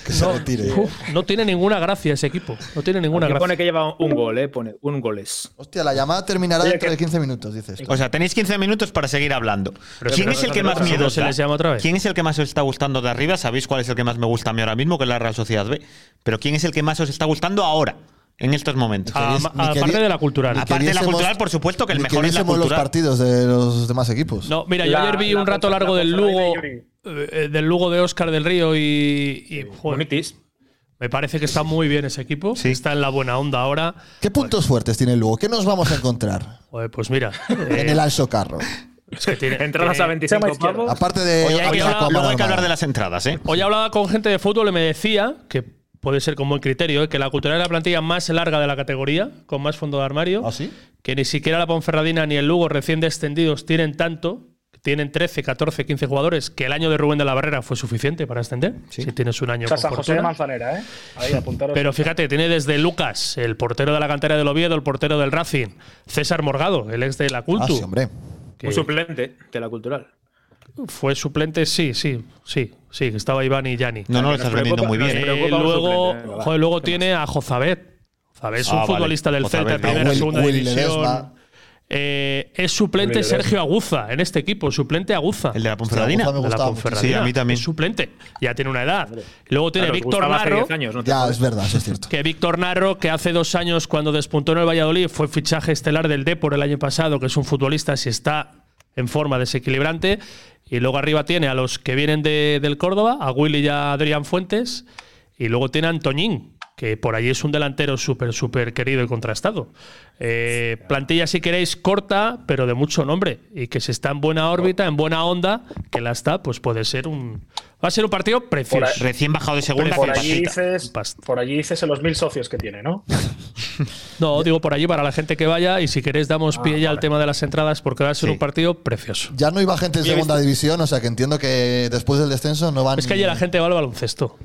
Que se retire.
Uf, no tiene ninguna gracia ese equipo, no tiene ninguna
Aquí
gracia.
pone que lleva un gol, ¿eh? Pone un goles.
Hostia, la llamada terminará
Oye,
dentro
que-
de 15 minutos, dices.
O sea, tenéis 15 minutos para seguir hablando. ¿Quién
pero
es
no
el que
se
más
les
miedo os
se
da?
les llama otra vez.
¿Quién es el que más os está gustando de arriba? ¿Sabéis cuál es el que más me gusta a mí ahora mismo? Que es la Real Sociedad B. Pero ¿quién es el que más os está gustando ahora? En estos momentos.
A-
Ni que
aparte
vi-
de la cultural.
ni que
Aparte de la
viésemos-
cultural, por supuesto, que el
ni
mejor es la
viésemos
cultural.
los partidos de los demás equipos.
No, mira, yo
La-
ayer vi
la
un rato
Ponce-
largo
la
del
Ponce
Lugo,
Reina
eh, del Lugo de Óscar del Río y, y, joder,
Bonitis.
me parece que está muy bien ese equipo,
Sí.
está en la buena onda ahora.
¿Qué puntos fuertes tiene el Lugo? ¿Qué nos vamos a encontrar
Joder, pues mira,
Eh.
en el Also Carro?
es que
[LAUGHS]
tiene-
Entradas a
tiene-
25
izquierda.
pavos.
Aparte de.
Oye, hay que
Oye,
hablar-
Aquaman
luego hay que
Armada.
hablar de las entradas, ¿eh?
Hoy hablaba con gente de fútbol y me decía que puede ser con buen criterio, ¿eh? que la cultural es la plantilla más larga de la categoría, con más fondo de armario,
¿Ah, sí?
que ni siquiera la Ponferradina ni el Lugo recién descendidos tienen tanto, que tienen 13, 14, 15 jugadores, que el año de Rubén de la Barrera fue suficiente para ascender, si tienes un año
O sea,
con
San José
fortuna.
de Manzanera, ¿eh? Ahí, apuntaros.
Pero fíjate, tiene desde Lucas, el portero de la cantera del Oviedo, el portero del Racing, César Morgado, el ex de la
Ah,
Cultu,
sí, hombre.
que
Un suplente de la cultural.
fue suplente, sí, sí, sí, sí, que estaba Iván y Yanni.
No, no lo
nos
estás vendiendo
preocupa-
muy bien.
nos
Eh,
¿eh?
preocupa un
luego,
suplente, venga,
joder, luego
¿qué
tiene a Jozabet. Jozabet es un
Ah, vale.
futbolista del
Jozabet,
Celta de primera,
venga.
Will-
segunda
Will
división.
Ledesma.
Eh, es suplente
Will Ledesma.
Sergio Aguza en este equipo, suplente Aguza.
El de la
Hostia,
Ponferradina.
Aguza me
de la
gustaba
Ponferradina.
Sí, a mí también.
Es suplente, ya tiene una edad. Luego tiene
Claro,
Víctor
gustaba hace
Narro,
10 años, no te
Ya,
jodas.
es verdad, eso es cierto.
que Víctor Narro, que hace dos años cuando despuntó en el Valladolid, fue fichaje estelar del Depor el año pasado, que es un futbolista si está en forma desequilibrante. Y luego arriba tiene a los que vienen de- del Córdoba, a Willy y a Adrián Fuentes. Y luego tiene a Antoñín, que por allí es un delantero súper, súper querido y contrastado. Eh, Plantilla, si queréis, corta, pero de mucho nombre. Y que si está en buena órbita, en buena onda, que la está, pues puede ser un. Va a ser un partido precioso.
Recién bajado de segunda.
por
con
allí,
patita.
dices,
Pasta.
por allí dices en los mil socios que
[LAUGHS]
tiene, ¿no?
No, digo por allí para la gente que vaya y si queréis damos
Ah,
pie ya al tema de las entradas porque va a ser un partido precioso.
Ya no iba gente en segunda división, o sea que entiendo que después del descenso no van.
Es que allí la gente va al baloncesto.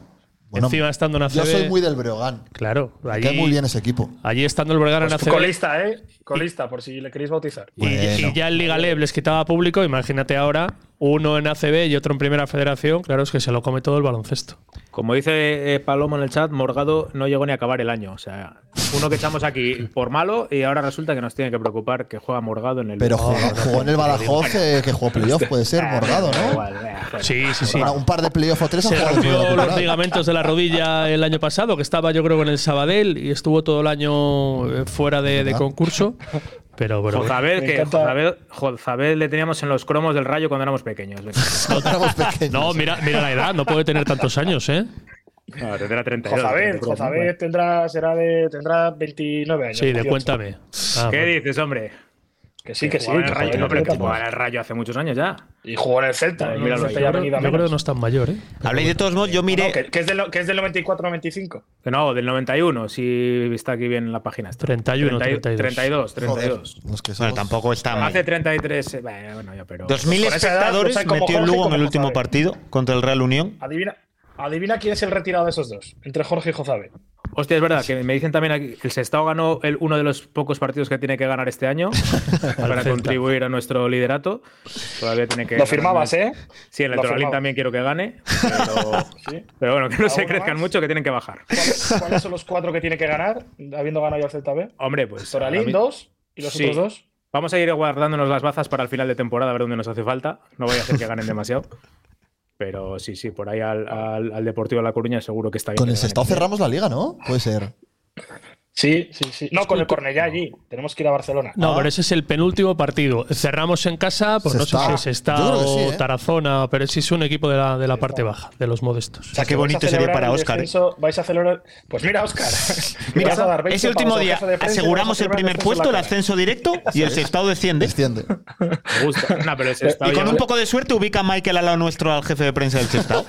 Bueno,
Encima estando en ACB.
Yo soy muy del Breogán.
Claro,
Me
allí,
cae muy bien ese equipo.
allí estando el Bergara en
Pues
ACB.
colista, ¿eh? Colista, por si le queréis bautizar.
Y, y ya el Liga Leb les quitaba público, imagínate ahora, uno en ACB y otro en Primera Federación, claro, es que se lo come todo el baloncesto.
Como dice eh, Palomo en el chat, Morgado no llegó ni a acabar el año. O sea, uno que echamos aquí por malo y ahora resulta que nos tiene que preocupar que juega Morgado en el.
Pero jugó, jugó en el Badajoz, eh, que jugó playoff, puede ser, Morgado,
Ah, Da
¿no?
igual, eh, joder.
Sí, sí, sí.
Bueno, un par de playoff o tres ha
Se
jugado en primera
rompió los
temporada.
ligamentos de la rodilla el año pasado, que estaba yo creo en el Sabadell y estuvo todo el año eh, fuera de, de concurso. Pero,
Pues
pero bueno.
Jozabel,
Me
que
encanta-
Jozabel, Jozabel le teníamos en los cromos del rayo cuando éramos pequeños. Venga.
Cuando éramos
[LAUGHS]
pequeños.
No, mira, mira la edad, no puede tener tantos años, ¿eh?
No, tendrá 32.
Jozabel,
32, ¿no?
Jozabel tendrá, será de, tendrá 29 años.
Sí, de
28.
cuéntame. Ah,
¿Qué
bueno.
dices, hombre?
Que sí, que sí.
Jugaba en
que
el Rayo,
joder,
no, pero
que
que jugaba en el Rayo hace muchos años ya.
Y jugó en el Celta. y
Mira,
el
lo
Celta ya
yo
Yo creo
venida
yo creo que no
menos.
es tan mayor, ¿eh?
Habléis de todos modos, yo
No,
miré.
que, que es del, que es del 94-95.
Que no, del 91, si está aquí bien la página. esta.
31,
30,
32.
32.
Joder,
32.
los que
Bueno,
somos-
tampoco está mal.
Hace 33, eh, bueno, ya, pero.
2.000
Pues por esa edad, no
espectadores
sé cómo
metió el
Jorge,
Lugo en el
cómo
último
sabe.
partido contra el Real Unión.
Adivina, adivina quién es el retirado de esos dos, entre Jorge y Jozabe.
Hostia, es verdad, que me dicen también aquí que el Sestao ganó el, uno de los pocos partidos que tiene que ganar
[LAUGHS]
este año para
Celta.
contribuir a nuestro liderato. Todavía tiene que.
Lo firmabas, ¿eh?
Sí, en el
Lo
Toralín
firmaba.
también quiero que gane. Pero,
[LAUGHS] Sí.
pero bueno, que no se
¿Alguno
crezcan
más?
mucho, que tienen que bajar.
¿Cuáles, cuáles son los cuatro que tiene que ganar, habiendo ganado ya el Celta B?
Hombre, pues. ahora
Toralín,
mi-
dos. ¿Y los
Sí.
otros dos?
Vamos a ir guardándonos las bazas para el final de temporada, a ver dónde nos hace falta. No voy a hacer que ganen demasiado. Pero sí, sí, por ahí al, al- al Deportivo de La Coruña seguro que está bien.
Con
que
el
ganen.
Sestao cerramos la liga, ¿no? Puede ser.
Sí, sí, sí. No, con el Cornellá allí. Tenemos que ir a Barcelona.
No,
Ah.
pero ese es el penúltimo partido. Cerramos en casa, pues
Se
no
está.
sé si es
Yo
Estado
creo que sí,
o
¿eh?
Tarazona, pero sí es un equipo de la, de la parte baja, de los modestos.
O sea, qué bonito sería para Óscar, ¿eh?
Eso vais a celebrar. Pues mira,
[LAUGHS]
Óscar.
Mira,
vas a dar 20
ese último
pavos al
día
jefe de prensa y
aseguramos
vas a
el
firmar
primer
descenso en la
puesto, el
cara.
ascenso directo y el Sestao
[LAUGHS]
desciende.
Desciende.
Me gusta. No, pero el Sestao
Y con
ya-
un poco de suerte ubica a Michael al lado nuestro al jefe de prensa del Sestao.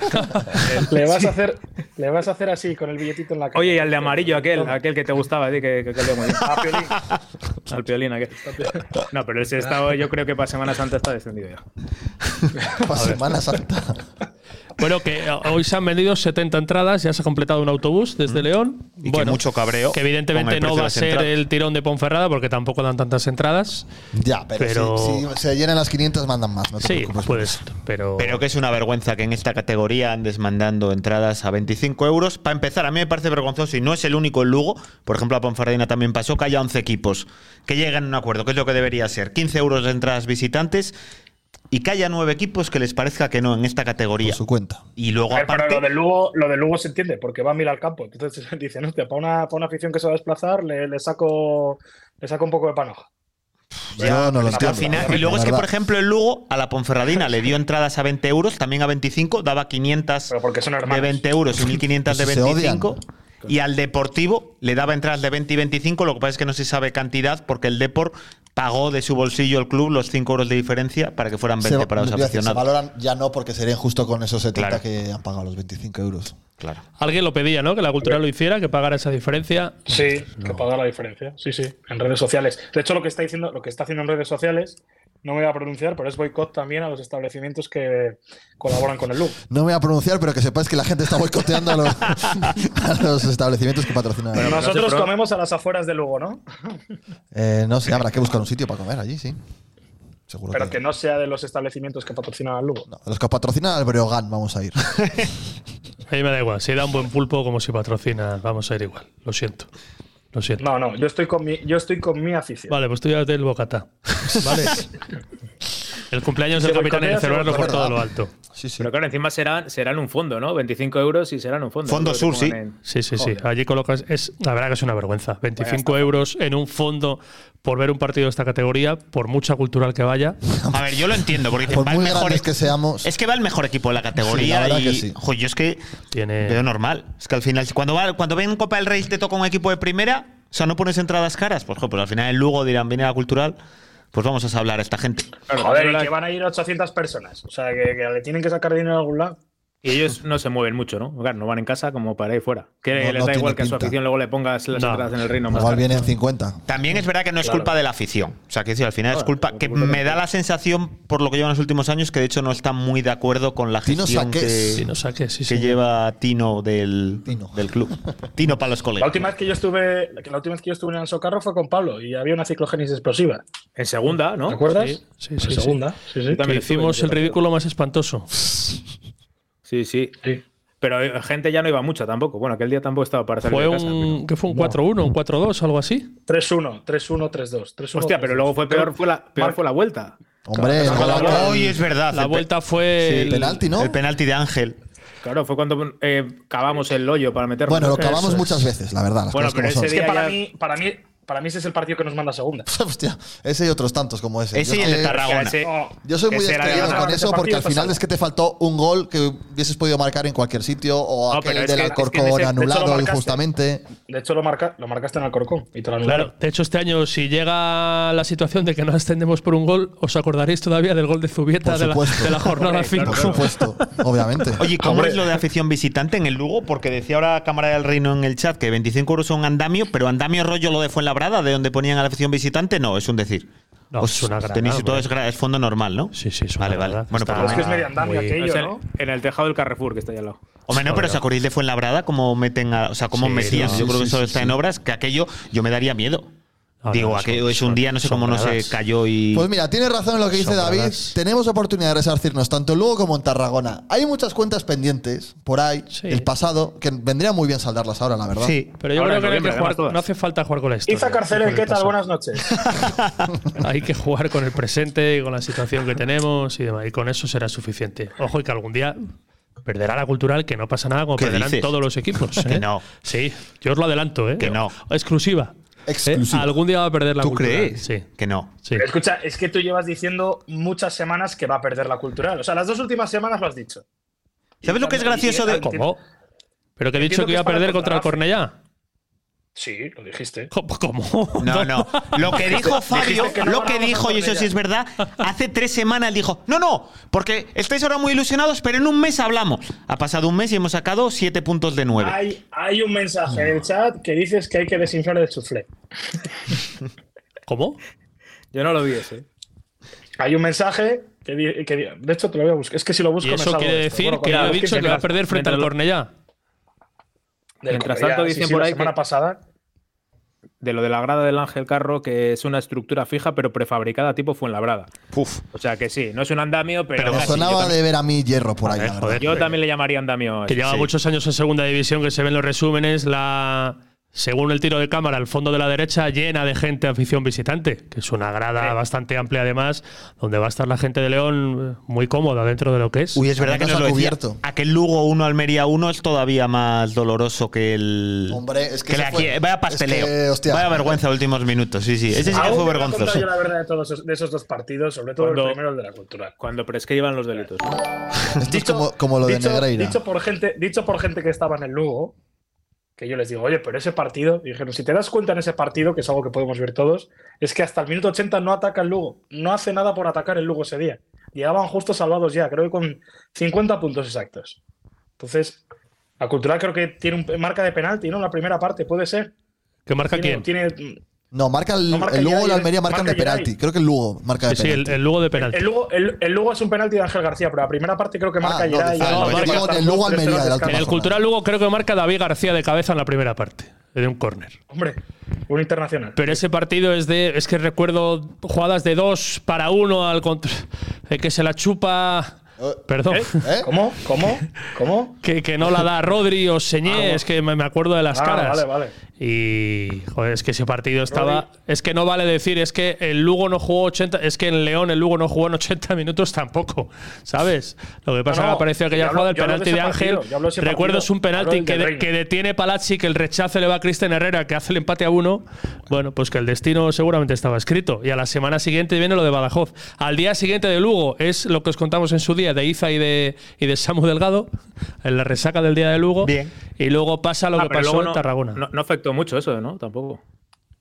Le vas, a hacer, le vas a hacer así, con el billetito en la cara. Eh,
Oye, y al de amarillo, aquel, aquel que te gustaba, di, que, que, que olía muy bien.
A Piolín.
Al piolín aquel. No, pero el Sestao yo creo que para Semana Santa está descendido ya.
Para Semana Santa.
Bueno, que eh, hoy se han vendido 70 entradas, ya se ha completado un autobús desde León.
Y que
bueno,
mucho cabreo
Que
con
evidentemente
el precio
no
de
va a
las
ser
entradas.
el tirón de Ponferrada porque tampoco dan tantas entradas.
Ya, pero,
Pero-
Si, si se llenan las 500, mandan más. No te
Sí,
preocupes.
pues, pero,
Pero que es una vergüenza que en esta categoría andes mandando entradas a 25 euros. Para empezar, a mí me parece vergonzoso y no es el único en Lugo. Por ejemplo, a Ponferradina también pasó que haya 11 equipos que llegan a un acuerdo, que es lo que debería ser. 15 euros de entradas visitantes y que haya 9 equipos que les parezca que no en esta
Por
categoría.
su cuenta.
Y luego,
A ver, pero
aparte,
lo de, Lugo, lo de Lugo se entiende, porque va a mirar al campo. Entonces [LAUGHS] dicen, hostia, para una, para una afición que se va a desplazar, le, le saco, le saco un poco de panoja.
Yo no lo
al
entiendo.
final-
la
y luego es que,
verdad.
por ejemplo, el Lugo a la Ponferradina le dio entradas a 20 euros, también a 25, daba 500
Pero porque son
de
hermanos.
20 euros y 1500 de
Pues si se
25.
odian.
Y al Deportivo le daba entradas de 20 y 25, lo que pasa es que no se sabe cantidad porque el Deport pagó de su bolsillo el club los 5 euros de diferencia para que fueran 20
se,
para los
iba a decir, se
aficionados.
valoran ya no porque sería injusto con esos 70
Claro.
que han pagado los 25 euros.
Claro.
alguien lo pedía, ¿no? Que la cultura lo hiciera, que pagara esa diferencia.
Sí, que pagar la diferencia. Sí, sí, en redes sociales. De hecho, lo que está diciendo, lo que está haciendo en redes sociales, no me voy a pronunciar, pero es boicot también a los establecimientos que colaboran con el Lugo.
No me voy a pronunciar, pero que sepáis que la gente está boicoteando a
[LAUGHS]
los, a los establecimientos que patrocinan.
Pero no se
Nosotros
pro-
comemos a las afueras de Lugo, ¿no?
Eh, no sé, habrá que buscar un sitio para comer allí, sí. Seguro
Pero que no sea de los establecimientos que patrocinan al Lugo.
No, los que patrocinan al Breogán vamos
[LAUGHS]
a ir.
A mí me da igual, si da un buen pulpo como si patrocina, vamos a ir igual. Lo siento. Lo siento.
No, no, yo estoy con mi, yo estoy con mi afición.
Vale, pues tú ya del bocata. Vale. el cumpleaños del
Se
capitán hay que
boicotea, se
celebrarlo por
boicotea.
todo lo alto.
Sí, sí.
Pero claro, encima serán, serán un fondo, ¿no? 25 euros y serán un fondo.
Fondo
Creo que
Sur,
pongan
sí.
Sí,
en-
sí, sí.
Joder.
Allí colocas. Es, la verdad que es una vergüenza. 25 euros en un fondo por ver un partido de esta categoría, por mucha cultural que vaya.
A ver, yo lo entiendo, porque dicen,
Por
va el
muy
mejor
grandes que seamos.
Es que va el mejor equipo de la
Sí, la
categoría
verdad
y
que sí.
jo, yo es que
Eh,
Tiene-
veo normal. Es que al final cuando va, cuando ven Copa del Rey y te toca un equipo de primera, o sea, no pones entradas caras, pues, jo, pues al final el Lugo dirán, viene la cultural, pues vamos a hablar a esta gente.
Claro,
Joder, y
la-
que van a ir 800 personas. O sea, que, que le tienen que sacar dinero a algún lado.
y ellos no se mueven mucho, ¿no? Claro, no van en casa como para ir fuera. Que
No,
les
no
da
tiene
igual que a su
pinta.
afición luego le pongas las
No.
entradas en el reino más.
Igual
tarde.
vienen 50.
También es verdad que no es culpa de la afición. O sea, que decir, al final es
Claro,
culpa.
no,
Que
culpa
me
de
da
la
la sensación, por lo que llevan los últimos años, que de hecho no está muy de acuerdo con la
Tino
gestión
Saqués.
Si
que,
no saques, sí,
que
sí.
lleva Tino del,
Tino.
del club. Tino para los
La
colegas.
última vez que yo estuve, la última vez que yo estuve en el socarro fue con Pablo y había una ciclogénesis explosiva.
En segunda, ¿no?
¿Te acuerdas?
Oh, Sí, sí,
La
sí, sí.
segunda. Sí, sí.
Yo también
Que
estuve en
hicimos
ese
el
partido.
ridículo más espantoso.
Sí, sí.
Sí.
Pero eh, gente ya no iba mucha tampoco. Bueno, aquel día tampoco estaba para salir
Fue
de casa.
un, ¿qué fue un 4-1, un 4-2, algo así.
3-1, 3-1, 3-2. 3-1,
pero- Hostia, pero
3-2.
luego fue peor, fue la, peor
Mar-
fue la vuelta.
Hombre,
Claro,
el
la
Breogán-
Hoy es verdad.
La
el pe-
vuelta fue.
Sí,
el-
penalti, ¿no?
El penalti de Ángel.
Claro, fue cuando eh, cavamos el hoyo para meternos.
Bueno, lo
Eso
cavamos
es.
muchas veces, la verdad. Las
Bueno,
cosas como
pero ese
son.
Es que
día
para
ya-
mí, para mí, Para mí ese es el partido que nos manda a segunda.
[LAUGHS] Hostia, ese y otros tantos como ese.
Ese
Yo
y
es
el de
que-
Tarragona.
Ese-
Yo soy muy
ese era de
descreído
ganar.
con
Ese
eso porque al
partido
final
pasado.
es que te faltó un gol que hubieses podido marcar en cualquier sitio o
No,
aquel
pero es
del
que- es que en
Alcorcón
ese- de hecho lo
anulado
marcaste.
injustamente.
De hecho, lo, marca, lo marcaste en Alcorcón y te lo anularon.
Claro, de hecho este año si llega la situación de que no ascendemos por un gol, os acordaréis todavía del gol de Zubieta
Por
de la,
supuesto.
de la jornada
Hombre,
5.
Por supuesto, obviamente.
Oye, ¿cómo
Hombre.
es lo de afición visitante en el Lugo? Porque decía ahora Cámara del Reino en el chat que 25 euros son andamio, pero andamio rollo lo de Fuenlabrada, de donde ponían a la afición visitante, no, es un decir.
No, es una grada,
tenéis todo
hombre.
es, gra- es fondo normal, ¿no?
Sí, sí, es una
Vale, vale.
grada.
Bueno,
Está-
pues por lo
Es que
menos.
es medio andamio
muy-
Es
aquello,
el-
¿no?
en el tejado del Carrefour, que está ahí al lado.
Hombre, no, pero os acordáis de Fuenlabrada, como meten a, o sea, como
Sí,
metían.
no,
yo creo
sí,
que eso
sí,
está
sí.
en obras, que aquello yo me daría miedo.
No,
Digo,
no,
aquello
son-
es un día, no sé
son
cómo no se
gradas.
cayó y.
Pues mira, tienes razón en lo que dice
Son
David.
gradas.
Tenemos oportunidad de resarcirnos tanto en Lugo como en Tarragona. Hay muchas cuentas pendientes por ahí,
Sí.
del pasado, que vendría muy bien saldarlas ahora, la verdad.
sí.
Pero yo
Ahora en
creo que, no hay que
noviembre,
jugar-
además, todas.
no hace falta jugar con la historia.
Iza Carcel, ¿qué tal? Buenas noches.
[LAUGHS] Hay que jugar con el presente y con la situación que tenemos y demás. Y con eso será suficiente. Ojo, y que algún día perderá la cultural, que no pasa nada, como
¿Qué
perderán
dices?
todos los equipos.
Que
¿eh?
no.
Sí, yo os lo adelanto, ¿eh?
Que no.
Exclusiva. ¿eh?
Exclusiva.
Algún día va a perder la
¿Tú
cultural.
crees?
Sí.
Que no.
sí.
Pero [LAUGHS] Escucha, es que tú llevas diciendo muchas semanas que va a perder la cultural. O sea, las dos últimas semanas lo has dicho.
¿Sabes lo que es gracioso de.?
¿Cómo? ¿Pero que he dicho
Entiendo
que
que
iba a
es para
perder contra el
contra
Cornellá?
Sí, lo dijiste.
¿Cómo? [LAUGHS] ¿Cómo?
No, no. Lo que dijo Fabio,
Dijiste que no
lo que
ganábamos
dijo,
a
y eso sí
Cornellá.
es verdad,
[LAUGHS]
hace tres semanas dijo, no, no, porque estáis ahora muy ilusionados, pero en un mes hablamos. Ha pasado un mes y hemos sacado siete puntos de nueve.
Hay, hay un mensaje en el chat que dices que hay que desinflar el chuflé.
¿Cómo?
Yo no lo vi ese.
Hay un mensaje que, di- que di- de hecho te lo voy a buscar. Es que si lo busco
Y
me
eso
salgo
quiere
de esto.
decir
Bueno,
que yo
cuidado,
he
es
dicho que va a
mientras-
perder frente al
mientras-
Cornellá.
del
Mientras
Cornellá,
tanto
sí,
dicen
sí,
por
la
ahí
semana
que-
pasada
De lo de la grada del Ángel Carro, que es una estructura fija, pero prefabricada tipo Fuenlabrada.
Puf.
O sea que sí, no es un andamio, pero.
Me
casi.
sonaba
yo,
de ver a mí hierro por ahí, la verdad.
también, yo también le llamaría andamio. eh,
que lleva
sí.
muchos años en segunda división, que se ven los resúmenes, la según el tiro de cámara, al fondo de la derecha llena de gente afición visitante, que es una grada bastante amplia además, donde va a estar la gente de León eh, muy cómoda dentro de lo que es.
Uy, es
Al
verdad que
menos
nos
ha
lo decía.
cubierto.
Aquel Lugo 1 Almería 1 es todavía más doloroso que el.
Hombre, es que
la
se fue.
quie- Vaya pasteleo.
Es que, hostia.
Vaya vergüenza últimos minutos. Sí, sí. Ese sí que
Aún
fue
no he contado
vergonzoso.
yo la verdad de todos esos, de esos dos partidos, sobre todo
Cuando-
el primero, el de la cultural.
Cuando prescriban los delitos. Ah,
Esto es como, como lo
dicho-
de Negreira.
dicho por gente, dicho por gente que estaba en el Lugo, que yo les digo, oye, pero ese partido, y dijeron, si te das cuenta en ese partido, que es algo que podemos ver todos, es que hasta el minuto 80 no ataca el Lugo, no hace nada por atacar el Lugo ese día. Llegaban justo salvados ya, creo que con 50 puntos exactos. Entonces, la Cultural creo que tiene un, marca de penalti, ¿no? En La primera parte, puede ser.
¿Qué marca
Tiene,
quién?
tiene-
no, marca el,
No, marca
el Lugo
Geray,
o la Almería marcan
marca
de
Geray.
penalti. Creo que el Lugo marca de
Sí, sí,
penalti.
el, el Lugo de
el,
penalti.
Lugo, el, el Lugo es un penalti de Ángel García, pero la primera parte creo que marca
Ah, no,
Geray,
de-
ya
ah,
no,
no,
marca
digo
hasta
del
el
Lugo
justo,
Almería,
tercero
del
En
descanso.
el
Jornada.
Cultural Lugo creo que marca David García de cabeza en la primera parte, de un córner.
[LAUGHS] Hombre, un internacional.
Pero ese partido es de. Es que recuerdo jugadas de dos para uno al contra. eh, que se la chupa.
Eh,
Perdón.
¿Eh?
¿Cómo? ¿Cómo? ¿Cómo?
[LAUGHS] Que, que no la da Rodri o Señé, es que me me acuerdo de las
Ah,
caras.
vale, vale.
Y, joder, es que ese partido estaba. Es que no vale decir, es que el Lugo no jugó 80. Es que en León el Lugo no jugó en 80 minutos tampoco, ¿sabes? Lo que pasa es
No,
que
no,
apareció aquella
yo hablo-
jugada, el
yo hablo de
penalti de,
ese
Ángel.
partido, yo hablo de ese
Recuerdo
partido,
es un penalti
hablo del
que,
de
de-
Reina.
que detiene Palazzi, que el rechazo le va a Cristian Herrera, que hace el empate a uno. Bueno, pues que el destino seguramente estaba escrito. Y a la semana siguiente viene lo de Badajoz. Al día siguiente de Lugo es lo que os contamos en su día de Iza y de, y de Samu Delgado, en la resaca del día de Lugo.
Bien.
Y luego pasa lo
Ah,
que
pero
pasó
luego
en
no-
Tarragona.
No, no afectó mucho eso, ¿no? Tampoco.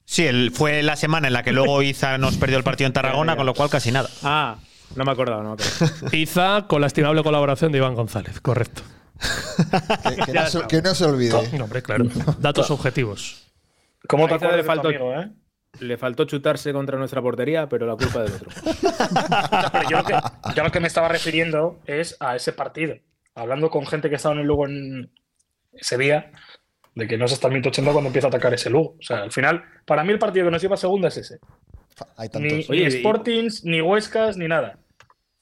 Sí, el- fue la semana en la que
[LAUGHS]
luego Iza nos perdió el partido en Tarragona, con lo cual casi nada.
Ah, no me acordaba, no me
[LAUGHS]
acordaba.
Iza con la estimable colaboración de Iván González, correcto.
Que, que no se, que no se olvide.
No, hombre, claro. Datos objetivos.
¿Cómo te
Ahí
acuerdas de
le
tu
faltó-
amigo, eh?
Le faltó chutarse contra nuestra portería, pero la culpa del otro.
No, pero yo, lo que, yo lo que me estaba refiriendo es a ese partido. Hablando con gente que estaba en el Lugo en ese día, de que no es hasta el 1080 cuando empieza a atacar ese Lugo. O sea, al final, para mí el partido que nos lleva a segunda es ese.
Hay
Ni,
tantos.
ni
Oye, y-
Sportings, ni Huescas, ni nada.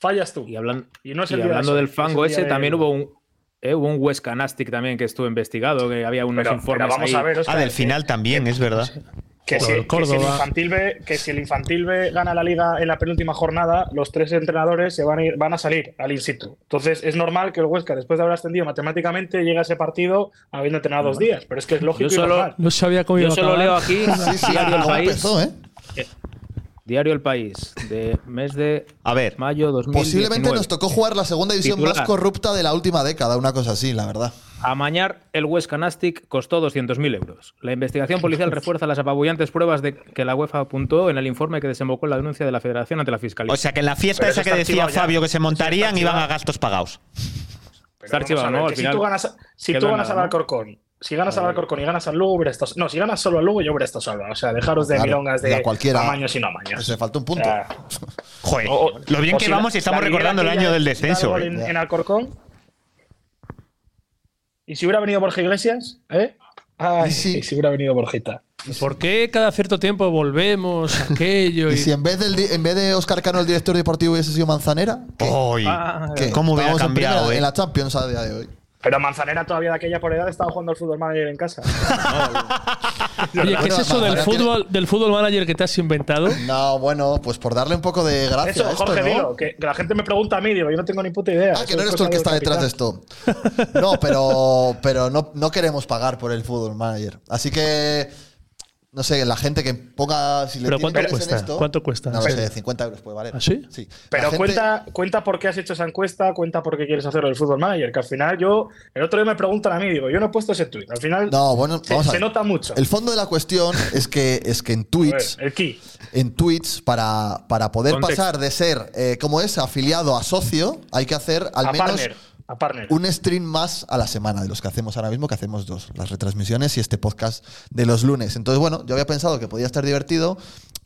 Fallas tú.
Y, hablan-
Y no es
y
el día de
hablando
hoy,
del
es el
fango
día
ese,
de-
también hubo un, eh, hubo un Huesca Nastic también que estuvo investigado, que había unos
Pero, pero
informes
vamos
ahí.
a ver,
Ah,
Óscar,
del
que- eh,
final también, es verdad.
Que
Por
si,
el
que si el
Córdoba.
infantil B, que si el infantil B gana la liga en la penúltima jornada, los tres entrenadores se van a, ir, van a salir al in situ. Entonces es normal que el Huesca, después de haber ascendido matemáticamente, llegue a ese partido habiendo entrenado dos días. Pero es que es lógico
Yo solo-
y normal.
No sabía cómo iba
Yo
a
solo
acabar.
leo aquí
Sí, sí,
Diario El
cómo
País.
empezó, ¿eh?
Diario El País, de mes de
A ver.
mayo 2019.
Posiblemente nos tocó jugar la segunda división
Titular.
más corrupta de la última década, una cosa así, la verdad.
Amañar el Huesca Nastic costó 200.000 euros. La
[LAUGHS]
investigación policial refuerza las apabullantes pruebas de que la UEFA apuntó en el informe que desembocó en la denuncia de la Federación ante la Fiscalía.
O sea que en la fiesta
Pero
esa
eso
que
está
decía
archivado ya.
Fabio que se montarían
Eso está
iban a
archivado.
gastos pagados.
Está
vamos
archivado,
a ver,
¿no? Al
que
final
Si tú ganas, si
quedó
tú ganas
nada,
al
¿no?
Alcorcón, si ganas al Alcorcón y ganas al Lugo, hubiera estado. No, si ganas solo al Lugo, yo hubiera estado salva. O sea, dejaros de
Claro,
milongas de
ya cualquiera.
amaños y no amaños.
Se falta un punto.
Ah.
Joder,
O- o-
lo bien
o
que
si la-
vamos y estamos
la
recordando el
aquella
año
de
del
quitar
descenso.
gol
eh.
En, en Alcorcón. ¿Y si hubiera venido Borja Iglesias? ¿Eh? Ay,
Y si-
y si hubiera venido Borjita.
¿Por qué cada cierto tiempo volvemos a aquello?
¿Y
y-
si en vez, del di- en vez de Oscar Cano, el director deportivo, hubiese sido Manzanera? ¿Qué?
Ah,
Ay,
¿Qué?
Oh, ¿Cómo hubiera
Estábamos en
cambiado?
primera-
eh?
En la Champions a día de hoy.
Pero Manzanera todavía de aquella por edad estaba jugando al fútbol manager en casa.
Oye, ¿qué es
Bueno,
eso del
Manzanera tiene-
fútbol, del fútbol manager que te has inventado?
No, bueno, pues por darle un poco de gracia
Eso,
a esto,
Jorge,
¿no?
dilo, que, que la gente me pregunta a mí, digo, yo no tengo ni puta idea.
Ah,
Eso
que no
es
eres tú el
cosa
que
del
está detrás de
capitán.
esto. No, pero, pero no, no queremos pagar por el fútbol manager. Así que, no sé, la gente que ponga. Si le
¿Pero
tiene
cuánto
interés en
cuesta?
esto-
¿Cuánto cuesta?
No lo
Sí.
sé, 50 euros puede valer.
¿Ah, sí?
Sí. La
Pero
gente-
cuenta, cuenta por qué has hecho esa encuesta, cuenta por qué quieres hacer el fútbol manager, que al final yo, el otro día me preguntan a mí, digo, yo no he puesto ese tweet. Al final
No, bueno,
se,
vamos a
se
ver.
nota mucho.
El fondo de la cuestión es que, es que en
A ver,
Twitch,
el key.
en Twitch para, para poder
Contexto.
pasar de ser, eh, como es, afiliado a socio, hay que hacer al
a
menos
partner. A partner.
un stream más a la semana de los que hacemos ahora mismo, que hacemos dos, las retransmisiones y este podcast de los lunes. Entonces, bueno, yo había pensado que podía estar divertido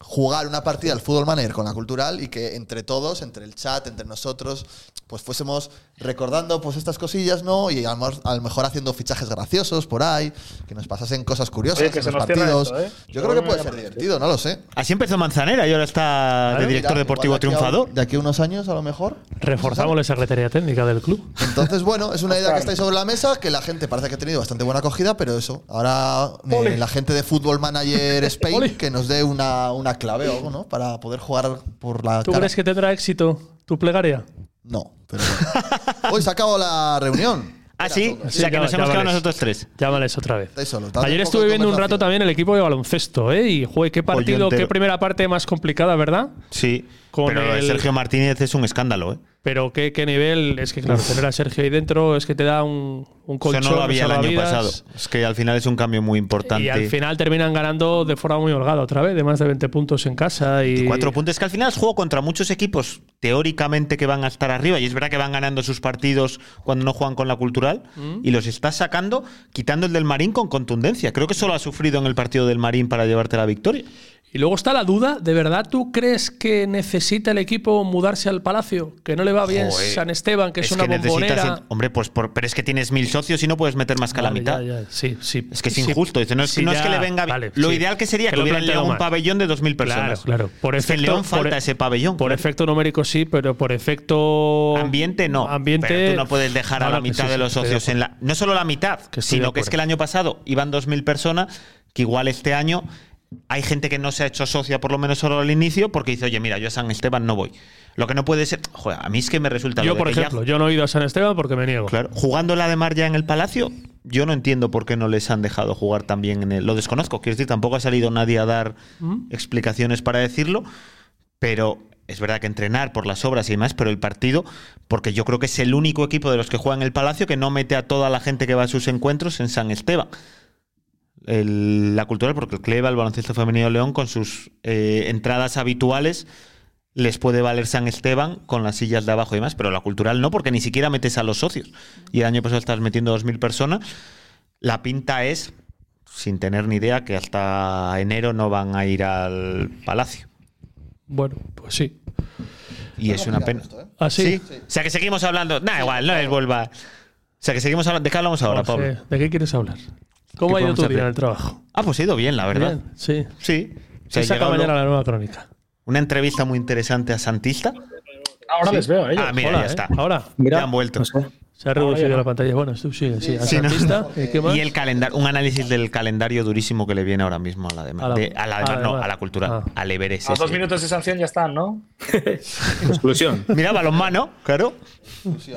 jugar una partida al Fútbol Manager con la cultural y que entre todos, entre el chat, entre nosotros, pues fuésemos recordando pues estas cosillas, ¿no? Y a lo, mejor- a lo mejor haciendo fichajes graciosos por ahí, que nos pasasen cosas curiosas
Oye, que
en
se
los
nos cierra
partidos.
esto, ¿eh?
Yo
Lo
creo que
voy a
puede
mirar
ser
por aquí.
divertido, no lo sé.
Así empezó Manzanera y ahora está de director
Mira,
deportivo
igual de aquí a-
triunfador.
De aquí a unos años, a lo mejor.
Reforzamos la secretaría técnica del club.
Entonces, bueno, es una idea que estáis sobre la mesa, que la gente parece que ha tenido bastante buena acogida, pero eso. Ahora eh,
Ole.
la gente de Football
[LAUGHS]
Manager Spain que nos dé una, una clave o algo, ¿no? Para poder jugar por la
¿Tú
cara.
crees que tendrá éxito tu plegaria?
No, pero bueno. Hoy se acabó la reunión.
Ah, sí, o
Sí,
sea que
ya-
nos
ya
hemos quedado
vales.
nosotros tres.
Llámales otra vez.
Estáis solos. dadle
Ayer
un poco
estuve
de
viendo un rato
conversación.
también el equipo de baloncesto, ¿eh? Y, joder, qué partido, qué
entero.
primera parte más complicada, ¿verdad?
Sí,
Con
pero lo de
el-
Sergio Martínez es un escándalo, ¿eh?
Pero qué, qué nivel. Es que, claro, tener a Sergio ahí dentro es que te da un, un
Eso
colchón.
no lo había el año
salvavidas.
pasado. Es que al final es un cambio muy importante.
Y al final terminan ganando de forma muy holgada otra vez, de más de 20 puntos en casa. Y
Cuatro puntos. Es que al final es juego contra muchos equipos teóricamente que van a estar arriba. Y es verdad que van ganando sus partidos cuando no juegan con la cultural.
Mm.
Y los estás sacando, quitando el del Marín con contundencia. Creo que solo ha sufrido en el partido del Marín para llevarte la victoria.
Y luego está la duda, ¿de verdad tú crees que necesita el equipo mudarse al Palacio? Que no le va bien
Joder.
San Esteban, que es, una
necesitas
bombonera.
en- hombre, pues por- pero es que tienes mil socios y no puedes meter más que la
Vale,
mitad.
ya, ya, Sí, sí.
Es que es
Sí,
injusto. Dice, no es,
sí,
no es
ya,
que le venga bien.
vale,
lo
sí.
ideal que sería que,
lo he
hubiera en
planteado
León
mal.
un pabellón de 2.000
Claro,
personas.
claro. Por
Es que en
efecto-
León falta
por- e-
ese pabellón.
Por
claro.
efecto numérico sí, pero por efecto.
Ambiente no.
Ambiente.
Pero tú no puedes dejar a
No,
la
no, que
mitad
sí,
de
sí,
los
estoy de
socios en la. No solo la mitad,
Que estoy de
sino que es
acuerdo.
que el año pasado iban 2.000 personas, que igual este año hay gente que no se ha hecho socia, por lo menos solo al inicio, porque dice, oye, mira, yo a San Esteban no voy. Lo que no puede ser. Joder, a mí es que me resulta. lo
Yo,
de
por
que ya-
ejemplo, yo no he ido a San Esteban porque me niego.
Claro, jugando la de Mar ya en el Palacio, yo no entiendo por qué no les han dejado jugar también en el. Lo desconozco, quiero decir, tampoco ha salido nadie a dar explicaciones para decirlo, pero es verdad que entrenar por las obras y demás, pero el partido, porque yo creo que es el único equipo de los que juega en el Palacio que no mete a toda la gente que va a sus encuentros en San Esteban. El- la cultural, porque el Cleva, el baloncesto femenino León, con sus eh, entradas habituales, les puede valer San Esteban con las sillas de abajo y demás, pero la cultural no, porque ni siquiera metes a los socios. Y el año pasado estás metiendo 2.000 personas. La pinta es, sin tener ni idea, que hasta enero no van a ir al palacio.
Bueno, pues sí. Ah,
Y es una pena.
Así.
O sea que seguimos hablando. Nah, igual, no les vuelva. O sea que seguimos hablando. ¿De qué hablamos
Oh,
ahora, Pablo?
¿De qué quieres hablar? ¿Cómo
¿Qué
ha ido
podemos
tu día
hacer?
en el trabajo?
Ah, pues ha ido bien, la verdad.
Bien, sí.
Sí. O
Se
sea,
saca
llegado
mañana la nueva crónica.
Una entrevista muy interesante a Santista.
Ahora les veo a ellos.
Ah, mira,
Hola,
ya
¿eh?
está.
Ahora.
Ya han vuelto.
Se ha reducido la pantalla. Bueno, sí, sí, sí.
Sí, ¿no?
Santista, ¿y qué más?
Y el calendario, un análisis del calendario durísimo que le viene ahora mismo a la demás.
A la-
de- A la,
a
de-
la
no,
demás.
a la cultura,
Ah.
al Everest.
A los dos
ese.
minutos de sanción ya están, ¿no?
Exclusión.
Mira, balonmano, claro.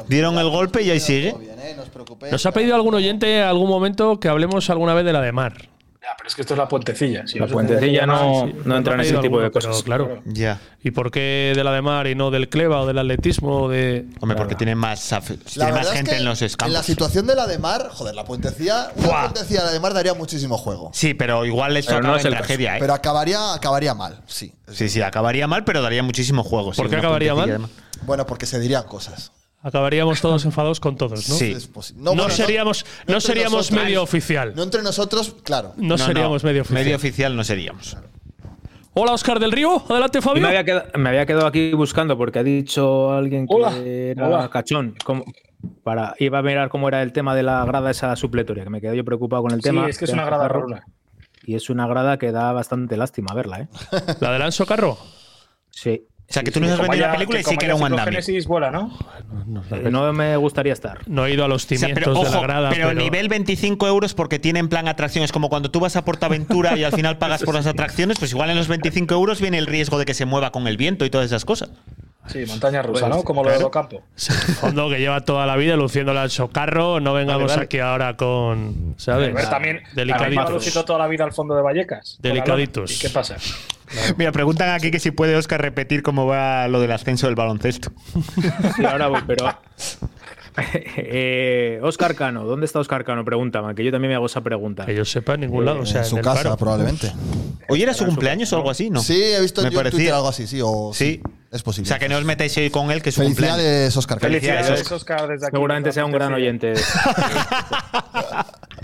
Dieron el golpe y ahí sigue.
Bien, ¿eh? No os preocupéis.
Nos ha pedido algún oyente en algún momento que hablemos alguna vez de la de mar.
Ya, pero es que esto es la puentecilla. si
La
no se
puentecilla no, no entra
Nos
en
ha
ese
pedido
tipo de
alguno, pero
cosas.
Claro.
Ya.
¿Y por qué de la de mar y no del cleva o del atletismo o de.
Hombre, porque tiene más, af-
La
tiene más
verdad es
gente
que
en los
En la
escampos.
situación de la de Mar, joder, la puentecilla, una
Buah.
puentecilla de la de Mar daría muchísimo juego.
Sí, pero igual esto
Pero
acaba
no es
en
el caso.
tragedia, ¿eh?
Pero acabaría, acabaría mal, sí.
sí, sí, acabaría mal, pero daría muchísimo juego. sí,
¿Por qué
una
acabaría
puntecilla
mal?
de
Bueno, porque se dirían cosas.
Acabaríamos todos enfadados con todos, ¿no?
Sí.
Es posi-
No
bueno,
seríamos- no
entre
seríamos
nosotros.
medio oficial.
No entre nosotros, claro.
No, seríamos medio oficial.
Medio oficial no seríamos.
Hola, Oscar del Río. Adelante,
Y
Fabio.
me, había queda- me había quedado aquí buscando porque ha dicho alguien que
Hola,
era
hola.
cachón. Como- para, iba a mirar cómo era el tema de la grada esa supletoria, que me quedé yo preocupado con el
Sí,
tema.
es que es una grada raruna.
Y es una grada que da bastante lástima verla, ¿eh?
La de Lanzo Carro.
Sí.
O sea, que
Sí,
tú nos
sí.
has
Como
vendido
haya-
la película y
como
sí que
haya
era un andamio.
psicogénesis, vuela, ¿no?
Eh, No me gustaría estar.
No he ido a los
O sea,
cimientos
pero,
de la
ojo,
grada.
pero, nivel 25 euros porque tiene en plan atracción. Es como cuando tú vas a Portaventura y
[LAUGHS]
al final pagas por las atracciones, pues igual en los 25 euros viene el riesgo de que se mueva con el viento y todas esas cosas.
Sí, montaña rusa, ¿no? Como lo de Ocampo.
fondo que lleva toda la vida luciéndole al socarro. No vengamos
Vale, vale.
aquí ahora con. ¿Sabes?
A ver, también ha
Delicaditos.
lucido toda la vida al fondo de Vallecas. con la lona.
Delicaditos.
¿Y ¿Qué pasa?
Mira, preguntan aquí que si puede Oscar repetir cómo va lo del ascenso del baloncesto.
Sí, ahora voy, [LAUGHS] pero. eh, Oscar Cano, ¿dónde está Oscar Cano? Pregúntame, que yo también me hago esa pregunta.
Que yo sepa en ningún lado. O sea,
en su
el
casa,
paro.
probablemente.
Hoy era su cumpleaños o algo así, ¿no?
Sí, he visto
Me
yo en
parecía.
Twitter algo así, sí. O,
Sí.
Es
O
posible.
sea, que no os metáis hoy con él, que es su cumpleaños.
Felicidades, Oscar.
Felicidades,
Felicidades, Oscar, desde aquí.
Seguramente
desde
sea
la
un gran
puentecilla.
[LAUGHS] oyente.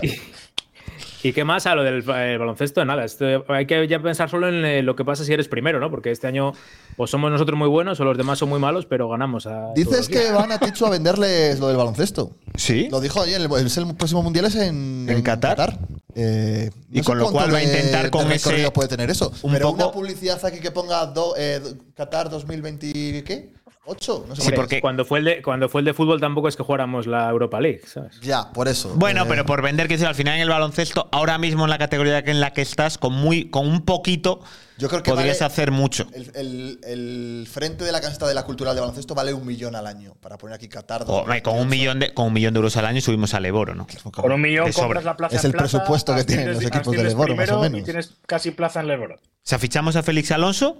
¿Y qué más a lo del eh, baloncesto? Nada, esto- hay que ya pensar solo en eh, lo que pasa si eres primero, ¿no? Porque este año o somos nosotros muy buenos o los demás son muy malos, pero ganamos. a todos
Dices
los días.
que van a Tichu a venderles lo del baloncesto.
Sí.
Lo dijo ayer, el, el- el próximo mundial es en,
¿En Qatar?
Eh,
Y
no sé
con lo cual
cuánto
va a intentar
de
con
recorrido
ese-
puede tener eso.
un
Pero una
poco-
publicidad aquí que ponga do- eh, do- Qatar 2020, ¿qué? ¿8? No sé
Sí,
cuánto.
porque-
Cuando fue, el de, cuando fue el de fútbol tampoco es que jugáramos la Europa League, ¿sabes?
Ya, por eso.
Bueno,
Eh,
pero por vender, que al final en el baloncesto, ahora mismo en la categoría en la que estás, con muy, con un poquito,
Yo creo que
podrías
vale-
hacer mucho.
El, el- el frente de la canasta de la cultural de baloncesto vale un millón al año. Para poner aquí Qatar.
Hombre, eh, con un millón de, con un millón de euros al año subimos al Eboro, ¿no?
Con un millón
De sobra.
compras la plaza
Es
en
el
plaza,
presupuesto que tienen
asciendes-
los equipos
asciendes
del Eboro, más o
primero
menos.
Y tienes casi plaza en el Eboro.
O sea, fichamos a Félix Alonso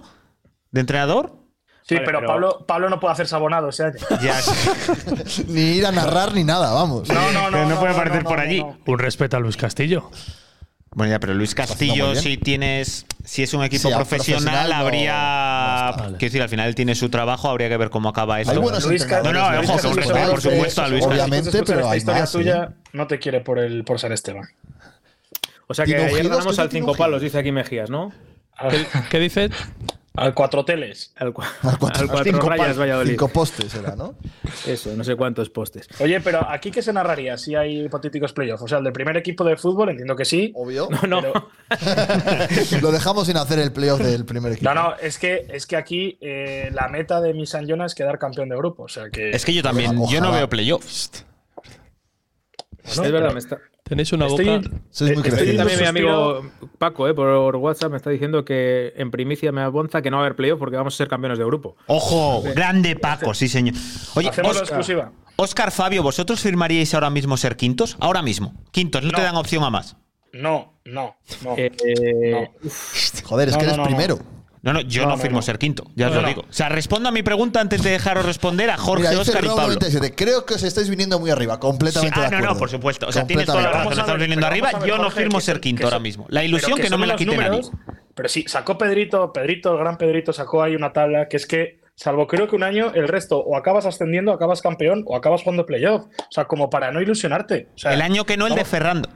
de entrenador.
Sí,
Vale,
pero,
pero-
Pablo, Pablo no puede hacerse abonado ese
[LAUGHS]
año.
Ya,
Ni ir a narrar ni nada, vamos.
No, no, no.
pero no puede aparecer
no,
por
no,
allí.
no.
Un respeto a Luis Castillo.
Bueno, ya, pero Luis
haciendo
Castillo,
muy bien.
si tienes, si es un equipo
Sí, a
profesional,
profesional no-
habría.
no está.
Quiero decir, al final él tiene su trabajo, habría que ver cómo acaba esto.
buenos
Luis
entrenadores,
No, no,
buenos
ojo, que un respeto, por
entrenadores,
supuesto, a Luis Castillo.
Obviamente,
Entonces,
pero
esta
hay
historia
más. ¿eh?
tuya no te quiere por, el, por San Esteban.
O sea que
Tino
ayer
Giros,
ganamos
¿qué
al
dice Tino
cinco
Giros?
palos, dice aquí Mejías, ¿no?
¿Qué, qué dice?
Al cuatro teles.
Al, cua-
Al cuatro-
al cuatro
cinco
rayas
pal-
Valladolid.
Cinco postes era, ¿no?
Eso, no sé cuántos postes. [LAUGHS]
Oye, pero aquí qué se narraría si hay hipotéticos playoffs. O sea, el del primer equipo de fútbol, entiendo que sí.
Obvio.
No, no.
Pero-
[LAUGHS] Lo dejamos sin hacer el playoff del primer equipo.
No, no, es que, es que aquí eh, la meta de mi San Jona es quedar campeón de grupo. O sea que.
Es que yo también,
Ojalá.
yo no veo playoffs.
bueno,
es verdad,
pero
me está.
Tenéis una boca.
estoy-
Sois muy
estoy
Estoy
crecidos.
dando
también mi
suspiro.
amigo Paco, eh, por WhatsApp, me está diciendo que en primicia me abonza que no va a haber playoff porque vamos a ser campeones de grupo.
Ojo, grande Paco, sí, señor. Oye,
Hacemos la
Oscar-
exclusiva.
Oscar Fabio, ¿vosotros firmaríais ahora mismo ser quintos? Ahora mismo. Quintos, no, te
No.
dan opción a más.
No, no, no.
Eh, eh,
Joder, es
No,
que
no,
eres
no, no.
primero.
No, no, yo
No,
no,
no,
firmo
no.
ser quinto, ya os
No,
lo
no.
digo. O sea, respondo a mi pregunta antes de dejaros responder a Jorge,
Mira, dice
Oscar y
Raúl
Pablo.
97, Creo que os estáis viniendo muy arriba,
Sí,
completamente.
ah,
de
no, no,
acuerdo.
por supuesto. O sea, tienes toda la
Completamente de
razón,
Vamos a
estamos
ver,
viniendo
pero
arriba.
vamos a ver,
Yo no
Jorge,
firmo
que
ser
son-
quinto
que
ahora
son-
mismo. La
Pero
ilusión que, no
son
me la
los
quite nadie.
números, Pero sí, sacó Pedrito, Pedrito, el gran Pedrito, sacó ahí una tabla que es que, salvo creo que un año, el resto o acabas ascendiendo, acabas campeón o acabas jugando playoff. O sea, como para no ilusionarte. O sea,
El año que no, el de Ferrando.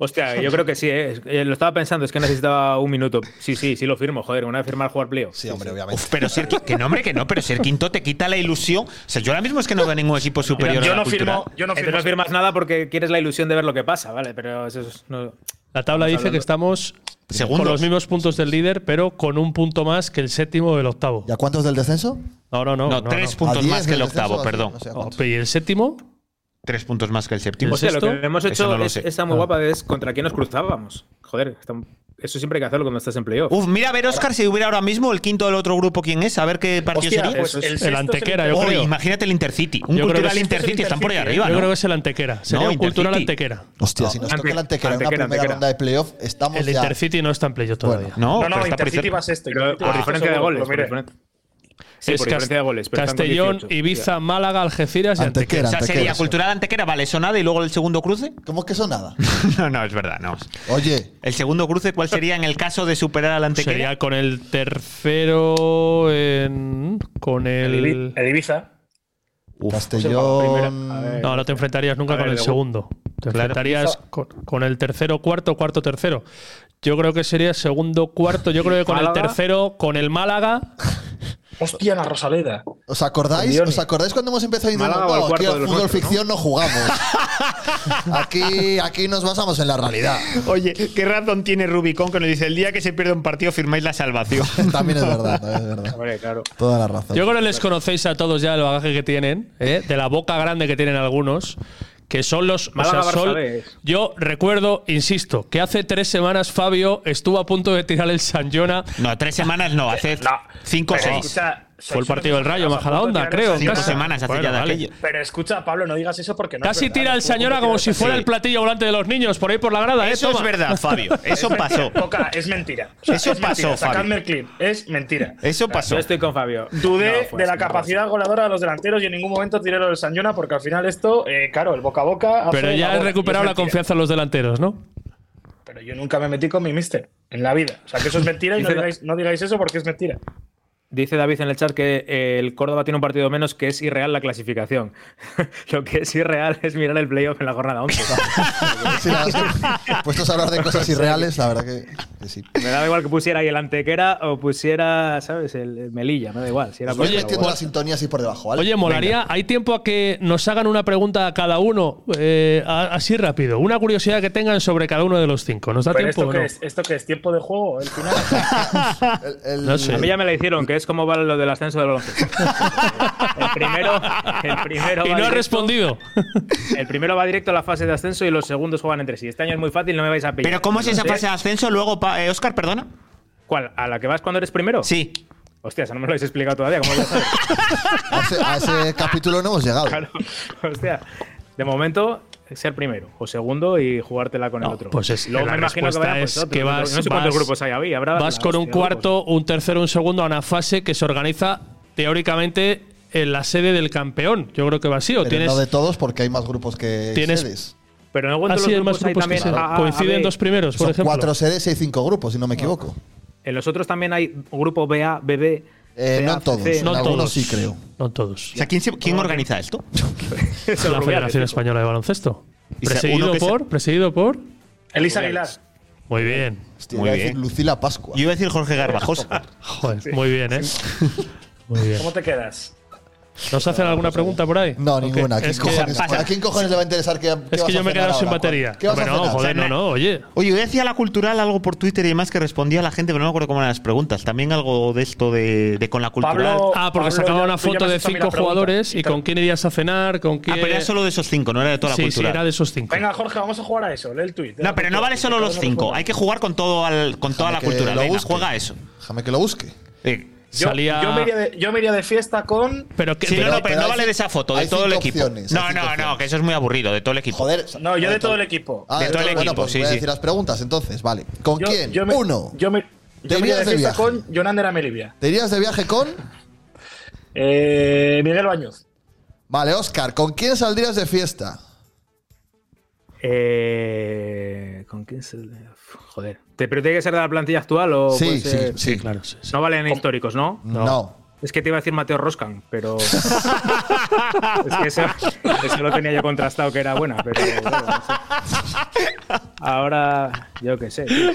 hostia, yo creo que sí, eh. Es- eh, Lo estaba pensando, es que necesitaba un minuto. Sí, sí, sí lo firmo, joder, una vez firmar jugar playoff.
Sí, hombre, obviamente.
Uf, pero ser quinto, que no, hombre, que no, pero ser quinto te quita la ilusión. O sea, yo ahora mismo es que no veo ningún equipo superior
yo
a la Eh,
no
cultural.
firmo, yo no
Entonces
firmo.
no firmas nada porque quieres la ilusión de ver lo que pasa, ¿vale? Pero eso es. no-
La tabla dice que estamos
Segundos.
con los mismos puntos del líder, pero con un punto más que el séptimo o el octavo.
¿Y a cuántos del descenso?
No, no, no.
No,
no,
tres
no.
¿A
puntos
diez
más que el
del descenso
octavo,
o a-
perdón.
no sé a
Oh,
cuántos?
pero ¿Y el séptimo?
tres puntos más que el séptimo.
O sea, lo que hemos
Eso
hecho
no lo
es,
sé.
está muy guapa es contra quién nos cruzábamos. Joder, está- eso siempre hay que hacerlo cuando estás en playoff.
Uf, mira a ver, Oscar, si hubiera ahora mismo el quinto del otro grupo, ¿quién es? A ver qué partido
Hostia,
sería.
pues
Eso es.
el
El
sexto es el
Antequera, yo
Oh,
creo.
imagínate el Intercity.
Yo
Un
creo
cultural
que es-
Intercity, están por ahí
Intercity,
arriba,
Yo
Ah, ¿no?
creo que es el Antequera. Sería
No,
un cultural
Intercity.
Antequera.
Hostia, si nos toca
Ante-
el Antequera en una
Antequera,
primera
Antequera.
ronda de playoff, estamos
El
ya.
Intercity no está en playo todavía.
No,
No,
pero
no,
está por
Intercity
cierto.
va sexto.
Pero
Intercity
por
va
ah,
diferencia de
segundo, pues
goles.
lo
por
miré.
diferencia- Sí,
Es
por
Cas-
diferencia de goles. pero están con
Castellón,
18,
Ibiza,
hostia.
Málaga, Algeciras y
O
Antequera.
Antequera.
sea, sería
Antequera.
cultural Antequera, vale, sonada y luego el segundo cruce.
¿Cómo que sonada?
[LAUGHS] no, no, es verdad, no.
Oye,
El
[LAUGHS]
segundo cruce, ¿cuál sería en el caso de superar al Antequera?
Sería con el tercero en- con
El
el
Ibi- el Ibiza.
Castellón.
primera- a ver.
No, no te enfrentarías nunca
A ver,
con el
de-
segundo. Te enfrentarías con, con el tercero, cuarto, cuarto, tercero. Yo creo que sería segundo, cuarto. Yo creo que con el
Málaga.
tercero, con el Málaga.
Hostia, la Rosaleda.
¿Os acordáis?
Dios.
¿Os acordáis cuando hemos empezado diciendo,
Málaga o el
no, aquí
cuarto
al
de
fútbol
los nuestros,
ficción no
[LAUGHS]
jugamos? aquí, aquí nos basamos en la realidad.
Oye, ¿qué razón tiene Rubicón que nos dice el día que se pierde un partido firmáis la salvación?
También es verdad, también es verdad.
Hombre, claro.
Toda la razón.
Yo creo que les conocéis a todos ya el bagaje que tienen, ¿eh? de la boca grande que tienen algunos, que son los. o
Málaga,
sea,
Barça
son-
B.
yo recuerdo, insisto, que hace tres semanas Fabio estuvo a punto de tirar el San Jona.
[LAUGHS] No, tres semanas no, hace
No.
cinco o
Pero
seis.
escucha,
Fue el
sois
partido del
unos
Rayo,
apuntos de
Majadahonda,
tirar
creo.
el
Cinco
casi.
Sanyona.
semanas hace
Bueno,
ya de
vale.
aquello.
Pero escucha, Pablo, no digas eso porque no. es
Casi
verdad.
tira el
Estuvo
San Jona
muy
como si
cerca.
fuera
Sí.
el platillo volante de los niños, por ahí por la grada. ¿eh?
Eso es
Toma.
verdad, Fabio. Eso pasó.
Coca, es mentira. O sea,
Eso
es mentira.
pasó, Fabi.
Sacadme el clip.
[LAUGHS]
Es mentira.
Eso pasó.
Yo estoy con Fabio.
Dudé
No, fue
de la
así, no,
capacidad goleadora de los delanteros y en ningún momento tiré lo del San Jona porque al final esto, eh, claro, el boca a boca. hace
Pero
la
ya han
bola,
recuperado
y
la
es mentira.
confianza en los delanteros, ¿no?
Pero yo nunca me metí con mi mister en la vida. O sea, que eso es mentira
[LAUGHS]
y no
Dice la-
digáis, no digáis eso porque es mentira.
Dice David en el chat que eh, el Córdoba tiene un partido menos que es irreal la clasificación. [LAUGHS] Lo que es irreal es mirar el playoff en la jornada 11.
[LAUGHS]
Sí, la verdad es que, [LAUGHS] puestos a hablar de cosas irreales, la verdad que, que sí.
me daba igual que pusiera ahí el Antequera o pusiera, ¿sabes? El, el Melilla, me da igual. Si era
Voy
por-
este
metiendo la sintonía así por debajo, ¿vale?
Oye, molaría, hay tiempo a que nos hagan una pregunta a cada uno, eh, a- así rápido, una curiosidad que tengan sobre cada uno de los cinco. ¿Nos da
Pero
tiempo
esto
o no?
que, es, esto que es tiempo de juego, el final.
El- el-
No sé.
A mí ya me la hicieron, que es como va lo del ascenso
[LAUGHS]
del baloncesto. El primero, el
[LAUGHS]
primero
y
va
no ha
directo-
respondido.
El primero va directo a la fase de ascenso y los segundos juegan entre sí. Este año es muy fácil, no me vais a pillar.
Pero ¿cómo es esa
Entonces,
fase de ascenso? Luego, pa- eh, Oscar, perdona.
¿Cuál? ¿A la que vas cuando eres primero?
Sí.
Hostia, eso no me lo habéis explicado todavía. ¿Cómo lo sabes?
A ese, a ese capítulo no hemos llegado.
Claro. [LAUGHS] Hostia, de momento ser primero o segundo y jugártela con
No,
el otro.
pues es-
Y Luego
la
me imagino que,
respuesta
vayan, pues,
es
otros,
que
otros.
vas-
no sé cuántos
vas-
grupos hay había. Habrá
Vas
la
con un
hostia de grupos.
cuarto, un tercero, un segundo a una fase que se organiza teóricamente en la sede del campeón. Yo creo que va así. O
Pero
tienes,
no de todos, porque hay más grupos que
tienes-
sedes.
pues,
Pero luego en
así hay
los
más
grupos hay
grupos que
también. Ah,
se-
A, A,
coinciden
B.
dos primeros, por
Son
ejemplo.
cuatro sedes y hay cinco grupos,
Ah,
si no me equivoco.
En los otros también hay grupo BA, BB.
Eh, no en todos,
CACC.
en
[LAUGHS]
no
algunos
todos.
sí creo.
No todos.
O sea, ¿quién, se- quién organiza esto?
Eso,
La
Rubiales,
Federación
tío.
Española de Baloncesto.
Y sea, uno
Presidido
que se-
por, presidido por.
Elisa Aguilar.
Muy bien.
Hostia,
Muy
iba a
bien.
decir Lucila Pascua.
Yo iba a decir Jorge Garbajosa.
Joder, muy bien, ¿eh? [LAUGHS] Muy bien.
¿Cómo
[LAUGHS]
te quedas?
¿Nos hacen alguna pregunta por ahí?
Ah, pues, No,
Ok.
ninguna. ¿A quién,
Es que,
cojones,
pasa.
¿a quién cojones le va a interesar qué, qué
es
vas
que
a
yo me
cenar
he quedado sin
ahora,
batería.
Juan? ¿Qué vas
Hombre,
a
no,
cenar?
joder, no, no, oye.
Oye, yo decía la cultural algo por Twitter y demás que respondía a la gente, pero no me acuerdo cómo eran las preguntas. También algo de esto de, de con la cultural.
Pablo-
Ah, porque
Pablo,
sacaba
ya-
una
tú ya me
foto
has
de
hecho a mí la
cinco
pregunta.
jugadores y
Pero-
con quién irías a cenar, con quién.
ah, pero era solo de esos cinco, no era de toda la
sí, sí,
cultural.
era de esos cinco.
Venga, Jorge, vamos a jugar a eso. Lee el tuit.
No, pero no vale solo los cinco. Hay que jugar con todo al, con toda
Déjame
la
que
cultural.
lo
Venga,
busque.
juega a eso.
Déjame que lo busque.
Eh,
Yo,
Salía.
yo me iría de, yo me iría de fiesta con.
pero que,
sí, no,
pero-
no, pero
pero
no
hay
vale
cin-
de esa foto, de
hay
todo el
cinco
equipo.
opciones,
no,
hay
no,
cinco
no,
opciones.
que eso es muy aburrido, de todo el equipo.
Joder.
No, yo de todo el equipo.
Ah,
de todo el
Bueno,
equipo,
pues
sí,
voy a
sí.
decir las preguntas entonces, vale. ¿Con
Yo-
quién?
Yo me,
Uno.
Yo me, yo
¿Te
me iría
irías
de
de
fiesta
viaje?
con Jonander Amelivia.
¿Te irías de viaje con?
Eh, Miguel Baños.
Vale, Oscar, ¿con quién saldrías de fiesta?
Eh, ¿Con quién se.? Joder. ¿Te, ¿Pero tiene que ser de la plantilla actual o.?
Sí,
puede
sí,
ser-
sí.
Claro, sí, sí.
No valen históricos, ¿no?
No.
Es que te iba a decir Mateo Roscan, pero.
[LAUGHS]
es que eso, eso lo tenía yo contrastado que era buena, pero. bueno, no sé. Ahora, yo qué sé. tío.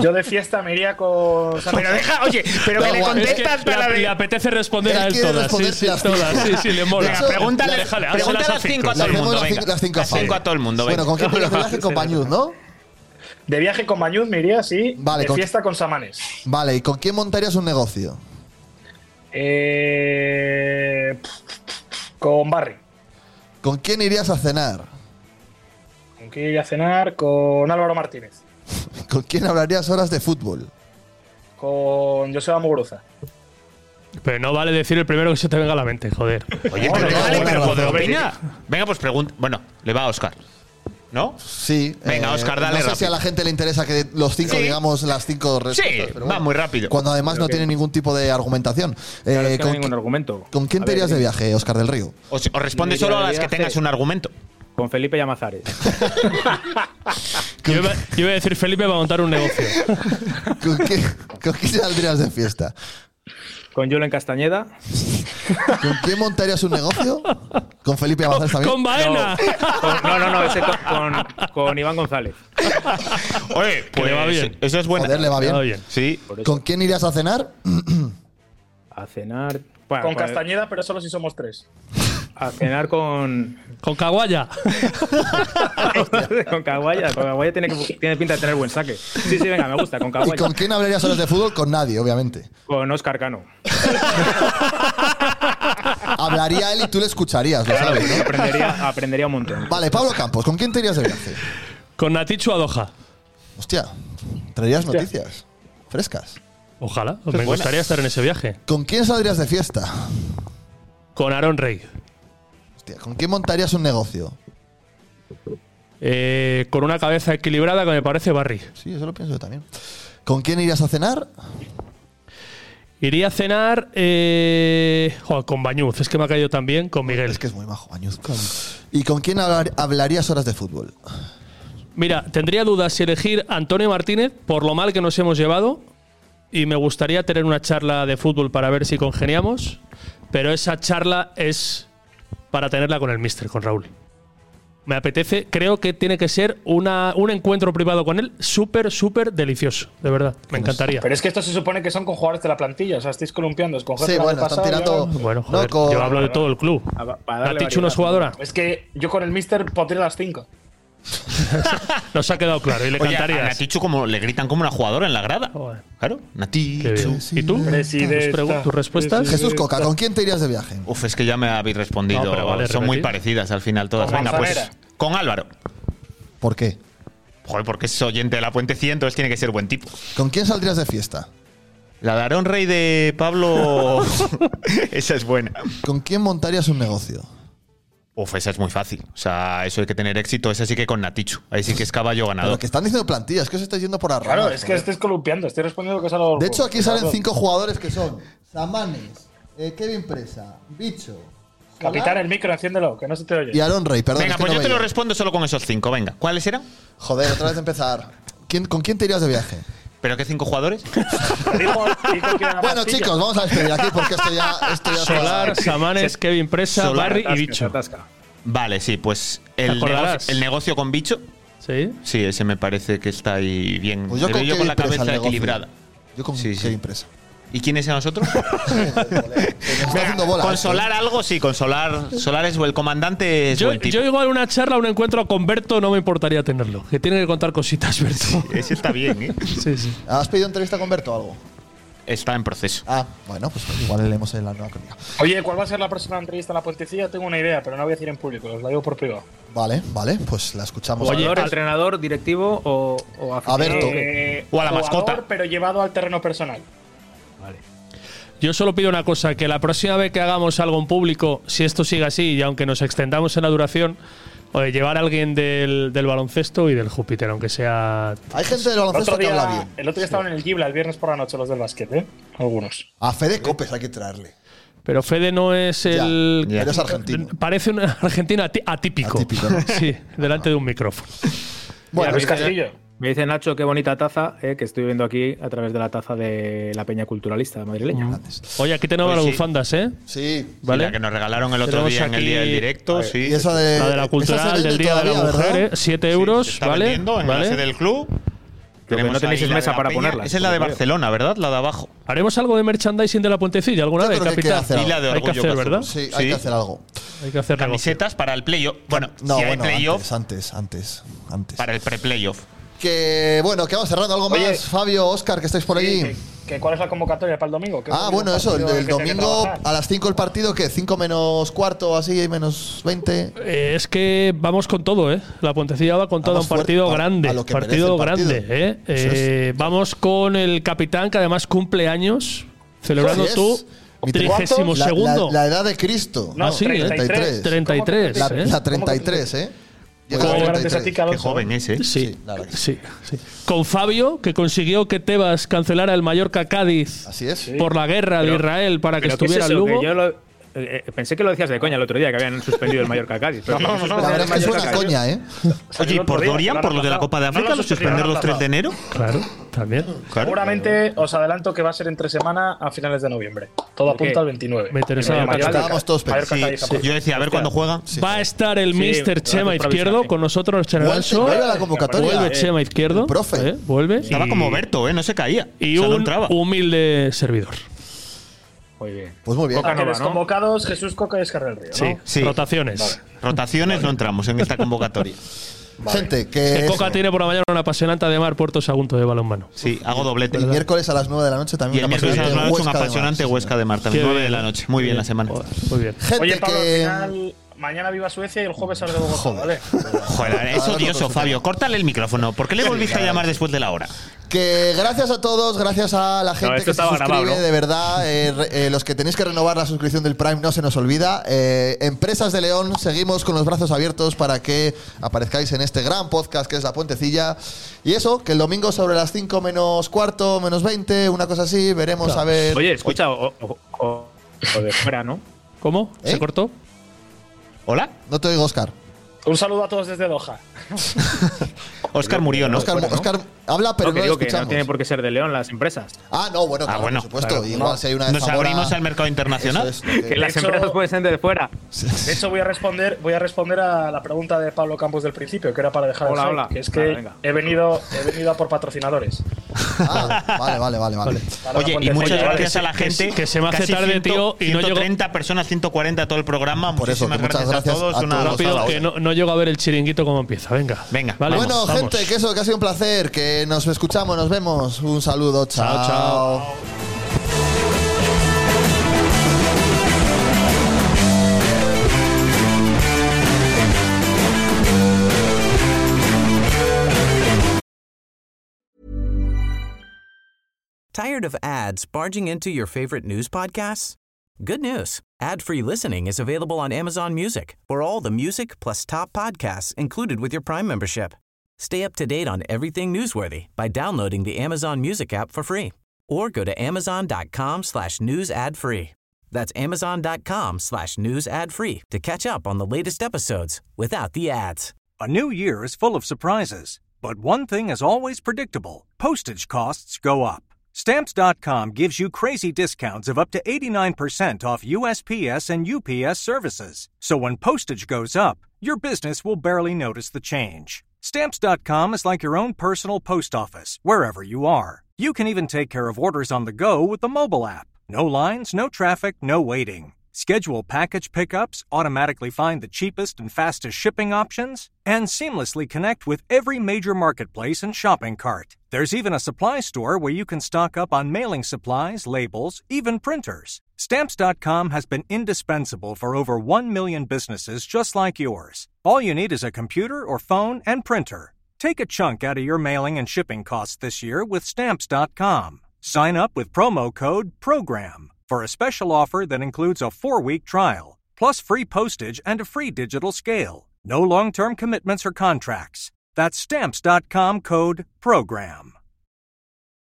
Yo de fiesta me iría con.
Pero deja, oye, pero
Da
que le
igual.
Es que
contestas
le,
para la
le
de.
apetece responder
Él
a él
quiere
todas. Sí,
responder
sí,
las
todas. Sí,
cinco.
sí, le mola.
Venga,
Pregúntale,
Déjale, háselas
pregúntale
a
las cinco a
Le
todo el
hacemos
mundo.
las
Venga.
cinco- las cinco a Fabio.
a todo el mundo.
Bueno,
venga.
¿con quién te irías de viaje? Con Bañuz, ¿no?
De viaje con Bañuz me iría, sí.
Vale,
de
con-
fiesta con Samanes.
Vale, ¿y con quién montarías un negocio?
Eh, pf, pf, pf, con Barry.
¿Con quién irías a cenar?
¿Con quién iría a cenar? Con Álvaro Martínez.
¿Con quién hablarías horas de fútbol?
Con Joseba Muguruza.
Pero no vale decir el primero que se te venga a la mente, joder.
Oye,
Hombre,
pero, vale,
buena
pero
razón.
joder, opina. Venga, pues pregunta. Bueno, le va a Oscar. ¿No?
Sí. eh,
Venga, Óscar, dale
No sé si
rápido.
a la gente le interesa que los cinco,
Sí.
digamos, las cinco
Sí,
respuestas. pero
va
bueno.
muy rápido.
Cuando además no tiene ningún tipo de argumentación.
Claro,
Eh,
es que no
¿con,
hay ningún argumento.
con quién
A
te
ver, eh.
irías de viaje, Óscar del
[LAUGHS]
Río?
O, si- o responde
Me
solo a
iría de
las que
viaje.
tengas un argumento.
Con Felipe Llamazares.
Yo iba, yo iba a decir Felipe va a montar un negocio.
¿Con qué- ¿Con quién saldrías de fiesta?
con Julen Castañeda.
¿Con quién montarías un negocio? ¿Con Felipe Abazar también?
¡Con
No,
Baena!
con- no, no, no, ese con, con- con Iván González.
Oye,
[LAUGHS]
pues,
Que le va bien.
Eso es bueno.
Joder, le va bien.
Todo bien.
Sí.
Por eso,
¿Con quién irías a cenar?
a cenar. bueno, pues,
Con Castañeda, pero solo si somos tres.
A cenar con. [LAUGHS]
Con Caguaya.
con Caguaya. Con Caguaya tiene, que- tiene pinta de tener buen saque. Sí, sí, venga, me gusta. Con
¿Y
Caguaya.
con
Con,
quién hablarías horas de fútbol? Con nadie, obviamente.
Oscar Cano.
Hablaría él y tú le escucharías, lo
Claro,
sabes, ¿no?
aprendería, aprendería un montón.
Vale, Pablo Campos, ¿con quién te irías de viaje?
[LAUGHS] Con Natichu Adoja.
Hostia, traerías noticias frescas.
Ojalá. Me gustaría estar en ese viaje.
¿Con quién saldrías de fiesta?
Con Aaron Rey.
Hostia, ¿con quién montarías un negocio?
Eh, con una cabeza equilibrada que me parece Barry.
Sí, eso lo pienso yo también. ¿Con quién irías a cenar?
Iría a cenar eh, jo, con Bañuz. Es que me ha caído también con Miguel.
Es que es muy majo, Bañuz. ¿Y con quién hablar- hablarías horas de fútbol?
Mira, tendría dudas si elegir a Antonio Martínez por lo mal que nos hemos llevado. Y me gustaría tener una charla de fútbol para ver si congeniamos. Pero esa charla es para tenerla con el mister, con Raúl. Me apetece, creo que tiene que ser una, un encuentro privado con él súper, súper delicioso. De verdad,
Pues
me encantaría.
Pero es que esto se supone que son con jugadores de la plantilla. O sea, estáis columpiando. Es con
Sí,
gente de la
bueno, están
pasada,
tirando.
ya-
Bueno, joder,
no, con-
yo hablo de todo el club.
Ah.
A- para darle
Natichu no es
variedad.
jugadora.
Es que yo con el Mister pondría las cinco.
Nos ha quedado claro y le
Oye, a
cantaría.
Natichu como le gritan como una jugadora en la grada.
Joder.
Claro, Natichu.
¿Y tú?
Presidenta.
¿Tus pregun- ¿Tus respuestas?
Jesús Coca, ¿con quién te irías de viaje?
Uf, es que ya me habéis respondido.
No, pero vale,
Son muy
repetir.
parecidas al final todas.
Con
Venga, pues
Manzanera.
con Álvaro.
¿Por qué?
Joder, porque es oyente de la Puente 100, entonces tiene que ser buen tipo.
¿Con quién saldrías de fiesta?
La de Aarón Rey de Pablo. [LAUGHS] esa es buena.
¿Con quién montarías un negocio?
Uf, esa es muy fácil. O sea, eso hay que tener éxito. Esa sí que con Natichu. Ahí sí que es caballo
Pero
ganador.
que están diciendo plantillas, es que os estáis yendo por arriba.
Claro, es que este- estáis columpiando. Estoy respondiendo que es algo.
De hecho, aquí salen cinco jugadores que son Samanes, eh, Kevin Presa, Bicho, Solá
Capitán, el micro, enciéndelo, que no se te oye.
y Aaron Rey. Perdón,
Venga,
es que
pues
no
yo te lo
veía.
respondo solo con esos cinco. Venga, ¿cuáles eran?
Joder, otra vez empezar. ¿Quién- ¿Con quién te irías de viaje?
¿Pero qué
[LAUGHS]
cinco jugadores?
Dijo- dijo que era
Bueno,
la pastilla.
chicos, vamos a despedir aquí porque esto ya. Esto ya
Solar, Samanes, Kevin Presa,
Solar,
Barry y
Atasca,
Bicho.
atasca.
vale, sí, pues
¿Te
el
acordarás?
negocio, el negocio con bicho.
¿Sí?
Sí, ese me parece que está ahí bien.
Pues yo
Le
con
veo con
Kevin
la
Presa al
cabeza
negocio.
equilibrada.
Yo con
Sí, sí.
Kevin [LAUGHS] Presa.
¿Y quiénes eran
[LAUGHS]
nosotros?
Se me está haciendo bola. esto, ¿eh?
Consolar algo, sí, consolar. Solar es el comandante, es
Yo,
buen tipo.
yo igual una charla, un encuentro con Berto no me importaría tenerlo. Que tiene que contar cositas, Berto.
Ese está bien, ¿eh?
[LAUGHS] Sí, sí.
¿Has pedido entrevista con Berto o algo?
Está en proceso.
Ah, bueno, pues igual leemos en la nueva crónica.
Oye, ¿cuál va a ser la próxima entrevista en la puentecilla? Tengo una idea, pero no la voy a decir en público, os la digo por privado.
Vale, vale, pues la escuchamos.
Oye,
Jugador,
al-
entrenador, directivo o, o
a
aficionado.
Berto.
Eh,
O a la
jugador,
mascota.
pero llevado al terreno personal.
Yo solo pido una cosa, que la próxima vez que hagamos algo en público, si esto sigue así y aunque nos extendamos en la duración, o de llevar a alguien del, del baloncesto y del Júpiter, aunque sea...
Hay gente del
El otro
baloncesto que habla
día,
bien.
el otro día estaban en el Gibla el viernes por la noche los del básquet, ¿eh? Algunos.
A Fede Copes hay que traerle.
Pero Fede no es
Ya,
el...
ya. Pero es argentino.
Parece un argentino ati- atípico.
Atípico, ¿no?
[LAUGHS] Sí, delante de un micrófono.
Bueno, Luis
mira,
Castillo.
Me dice Nacho, qué bonita taza eh, que estoy viendo aquí a través de la taza de la Peña Culturalista madrileña.
Oye, aquí tenemos
Pues
las
sí.
bufandas, ¿eh?
Sí.
¿Vale?
¿Vale?
la que nos regalaron el otro
Tenemos
día en el día del
aquí-
directo, sí.
Y esa de.
La de
esa
la
Eh,
se
cultural
vende
del Día de la
todavía, ¿verdad?
Mujer, 7
Sí,
euros,
se está
¿vale?
vendiendo en
¿Vale?
la sede del club.
que
Tenemos
no tenéis
ahí
es
la de
mesa
la
para
Peña.
ponerla,
Esa es la de
creo.
Barcelona, ¿verdad? La de abajo.
¿Haremos algo de merchandising de la puentecilla alguna
Yo
vez,
creo que hay que
capitán?
hacer
Y la
Hay
de
que
Orgullo
hacer,
Castro.
¿verdad?
Sí, hay
Sí.
que hacer algo.
Hay que hacer negocio.
Camisetas para el playoff. Bueno,
No,
si hay
bueno,
playoff,
antes, antes, antes, antes.
para el pre-playoff.
Que bueno, que vamos cerrando. ¿Algo
Oye.
más, Fabio, Oscar, que estáis por allí?
Que, que ¿Cuál es la convocatoria para el domingo? ¿Qué
Ah,
domingo
bueno, eso, el,
partido
el
que tiene que
domingo
trabajar?
a las 5 el partido, que 5 menos cuarto, así, y menos 20.
Eh, es que vamos con todo, ¿eh? La Pontecilla va con todo.
Vamos
Un partido
fuerte, a-
grande.
a lo que
partido
merece el
grande,
partido.
¿eh?
Eso es.
Eh, Vamos con el capitán que además cumple años, celebrando
Así es.
tú
Mi tri-
trigésimo
La,
segundo.
la- la edad de Cristo.
No, Ah, sí, ¿eh?
33.
33,
La,
¿eh?
la 33, ¿eh? Llega
Pues
a
ahora
la
antes a ti
33.
que al
Qué
otro.
joven ese.
Sí,
Sí, la verdad que
sí, sí. Con Fabio, que consiguió que Tebas cancelara el Mallorca Cádiz
Así es.
por la guerra de
Pero-
Israel para que
¿Pero qué es
estuviera el
eso? Que
Lugo.
yo lo- eh, eh, pensé que lo decías de coña el otro día, que habían suspendido el Mallorca Cádiz. Pero no,
La verdad es que suena coña, ¿eh?
Oye, ¿y
el otro
por
día,
Dorian,
que
por lo de la
han
Copa de
aplazado.
África,
No lo
lo suspender
suspendieron,
los 3 de
han
enero?
Claro, también.
Seguramente os adelanto que va a ser entre semana a finales de noviembre. Todo
¿Por qué?
apunta al 29.
Me interesaba
Mallorca-
mucho.
Estábamos todos
Mallorca-
Sí,
Cádiz,
sí.
Cádiz.
Yo decía, a ver cuándo juega.
Va a estar el
Sí,
Mister
durante
Chema
el
Izquierdo
provisional.
con nosotros, Cherancho.
Vuelve a la convocatoria.
Vuelve
Eh,
Chema Izquierdo.
el profe.
¿eh? Vuelve.
Estaba
Y-
como Berto, ¿eh? No se caía.
Y
O sea, no
un
entraba.
humilde servidor.
Muy bien.
Pues muy bien.
Coca
Que
no va, ¿no?
desconvocados Jesús Coca y Escarra del Río. ¿no?
Sí,
Sí.
rotaciones.
Rotaciones no entramos en esta convocatoria.
Gente,
Que
que es-
Coca tiene por la mañana una apasionante de mar Puerto Sagunto de balonmano.
Sí, hago doblete.
el miércoles a las 9 de la noche
Y
también.
el
una
miércoles a las
apasionante
nueve es un
Huesca de
apasionante
Madrid.
Huesca de Mar también.
Qué
9 de
bien.
la noche. Muy bien la semana.
Joder, Muy bien.
Gente
Oye, Pablo,
que.
al final, mañana viva Suecia y el jueves sale de Bogotá, ¿vale?
Joder, es
Ahora
odioso,
nosotros-
Fabio. Córtale el micrófono. ¿Por qué le volviste a llamar después de la hora?
Que gracias a todos, gracias a la gente
esto
que se
estaba
suscribe,
grabado, ¿no?
de verdad, eh, re- eh, los que tenéis que renovar la suscripción del Prime no se nos olvida. Eh, Empresas de León, seguimos con los brazos abiertos para que aparezcáis en este gran podcast que es La Puentecilla. Y eso, que el domingo sobre las 5 menos cuarto, menos 20, una cosa así, veremos a ver.
Oye, escucha, o, o- o- o de fuera, ¿no?
¿Cómo?
¿Eh?
¿Se cortó?
¿Hola?
No te oigo, Oscar.
Un saludo a todos desde Doha.
Oscar murió, ¿no?
Oscar,
bueno, ¿no?
Oscar habla, pero
No, que
no lo
digo que
escuchamos.
no tiene por qué ser de León las empresas.
Ah, no, bueno,
Ah,
claro,
bueno,
por supuesto.
claro.
Igual si hay una de
Nos
Zamora,
abrimos al mercado internacional.
eso es lo que-
[LAUGHS] Que las
hecho-
empresas pueden ser de fuera.
De hecho, voy a responder, voy a responder a la pregunta de Pablo Campos del principio, que era para dejar
Hola,
el
hola.
site, que es que
Vale, venga.
he venido, he venido a por patrocinadores.
Ah, vale, vale, vale, vale.
Para
Oye,
la
y muchas
Ponte-
gracias a la
que se-
gente.
que se me hace
Casi
tarde, tío, y no llego-
130 personas, 140 todo el programa.
Por eso,
Muchísimas
que muchas
gracias a
gracias
todos.
a
Una
todos.
gozada.
Rápido, que no, no llego a ver el chiringuito como empieza. Venga.
Venga,
Vale,
vamos,
bueno,
vamos.
gente, que eso, que ha sido un placer, que nos escuchamos, nos vemos. Un saludo,
Chao, chao.
chao.
Tired of ads barging into your favorite news podcasts? Good news. Ad-free listening is available on Amazon Music for all the music plus top podcasts included with your Prime membership. Stay up to date on everything newsworthy by downloading the Amazon Music app for free or go to amazon.com slash news ad free. That's amazon.com slash news ad free to catch up on the latest episodes without the ads.
A new year is full of surprises, but one thing is always predictable postage costs go up. Stamps.com gives you crazy discounts of up to 89% off USPS and UPS services. So when postage goes up, your business will barely notice the change. Stamps.com is like your own personal post office, wherever you are. You can even take care of orders on the go with the mobile app. No lines, no traffic, no waiting. Schedule package pickups, automatically find the cheapest and fastest shipping options, and seamlessly connect with every major marketplace and shopping cart. There's even a supply store where you can stock up on mailing supplies, labels, even printers. Stamps.com has been indispensable for over 1 million businesses just like yours. All you need is a computer or phone and printer. Take a chunk out of your mailing and shipping costs this year with Stamps.com. Sign up with promo code PROGRAM for a special offer that includes a four week trial, plus free postage and a free digital scale. No long term commitments or contracts. That's Stamps.com code PROGRAM.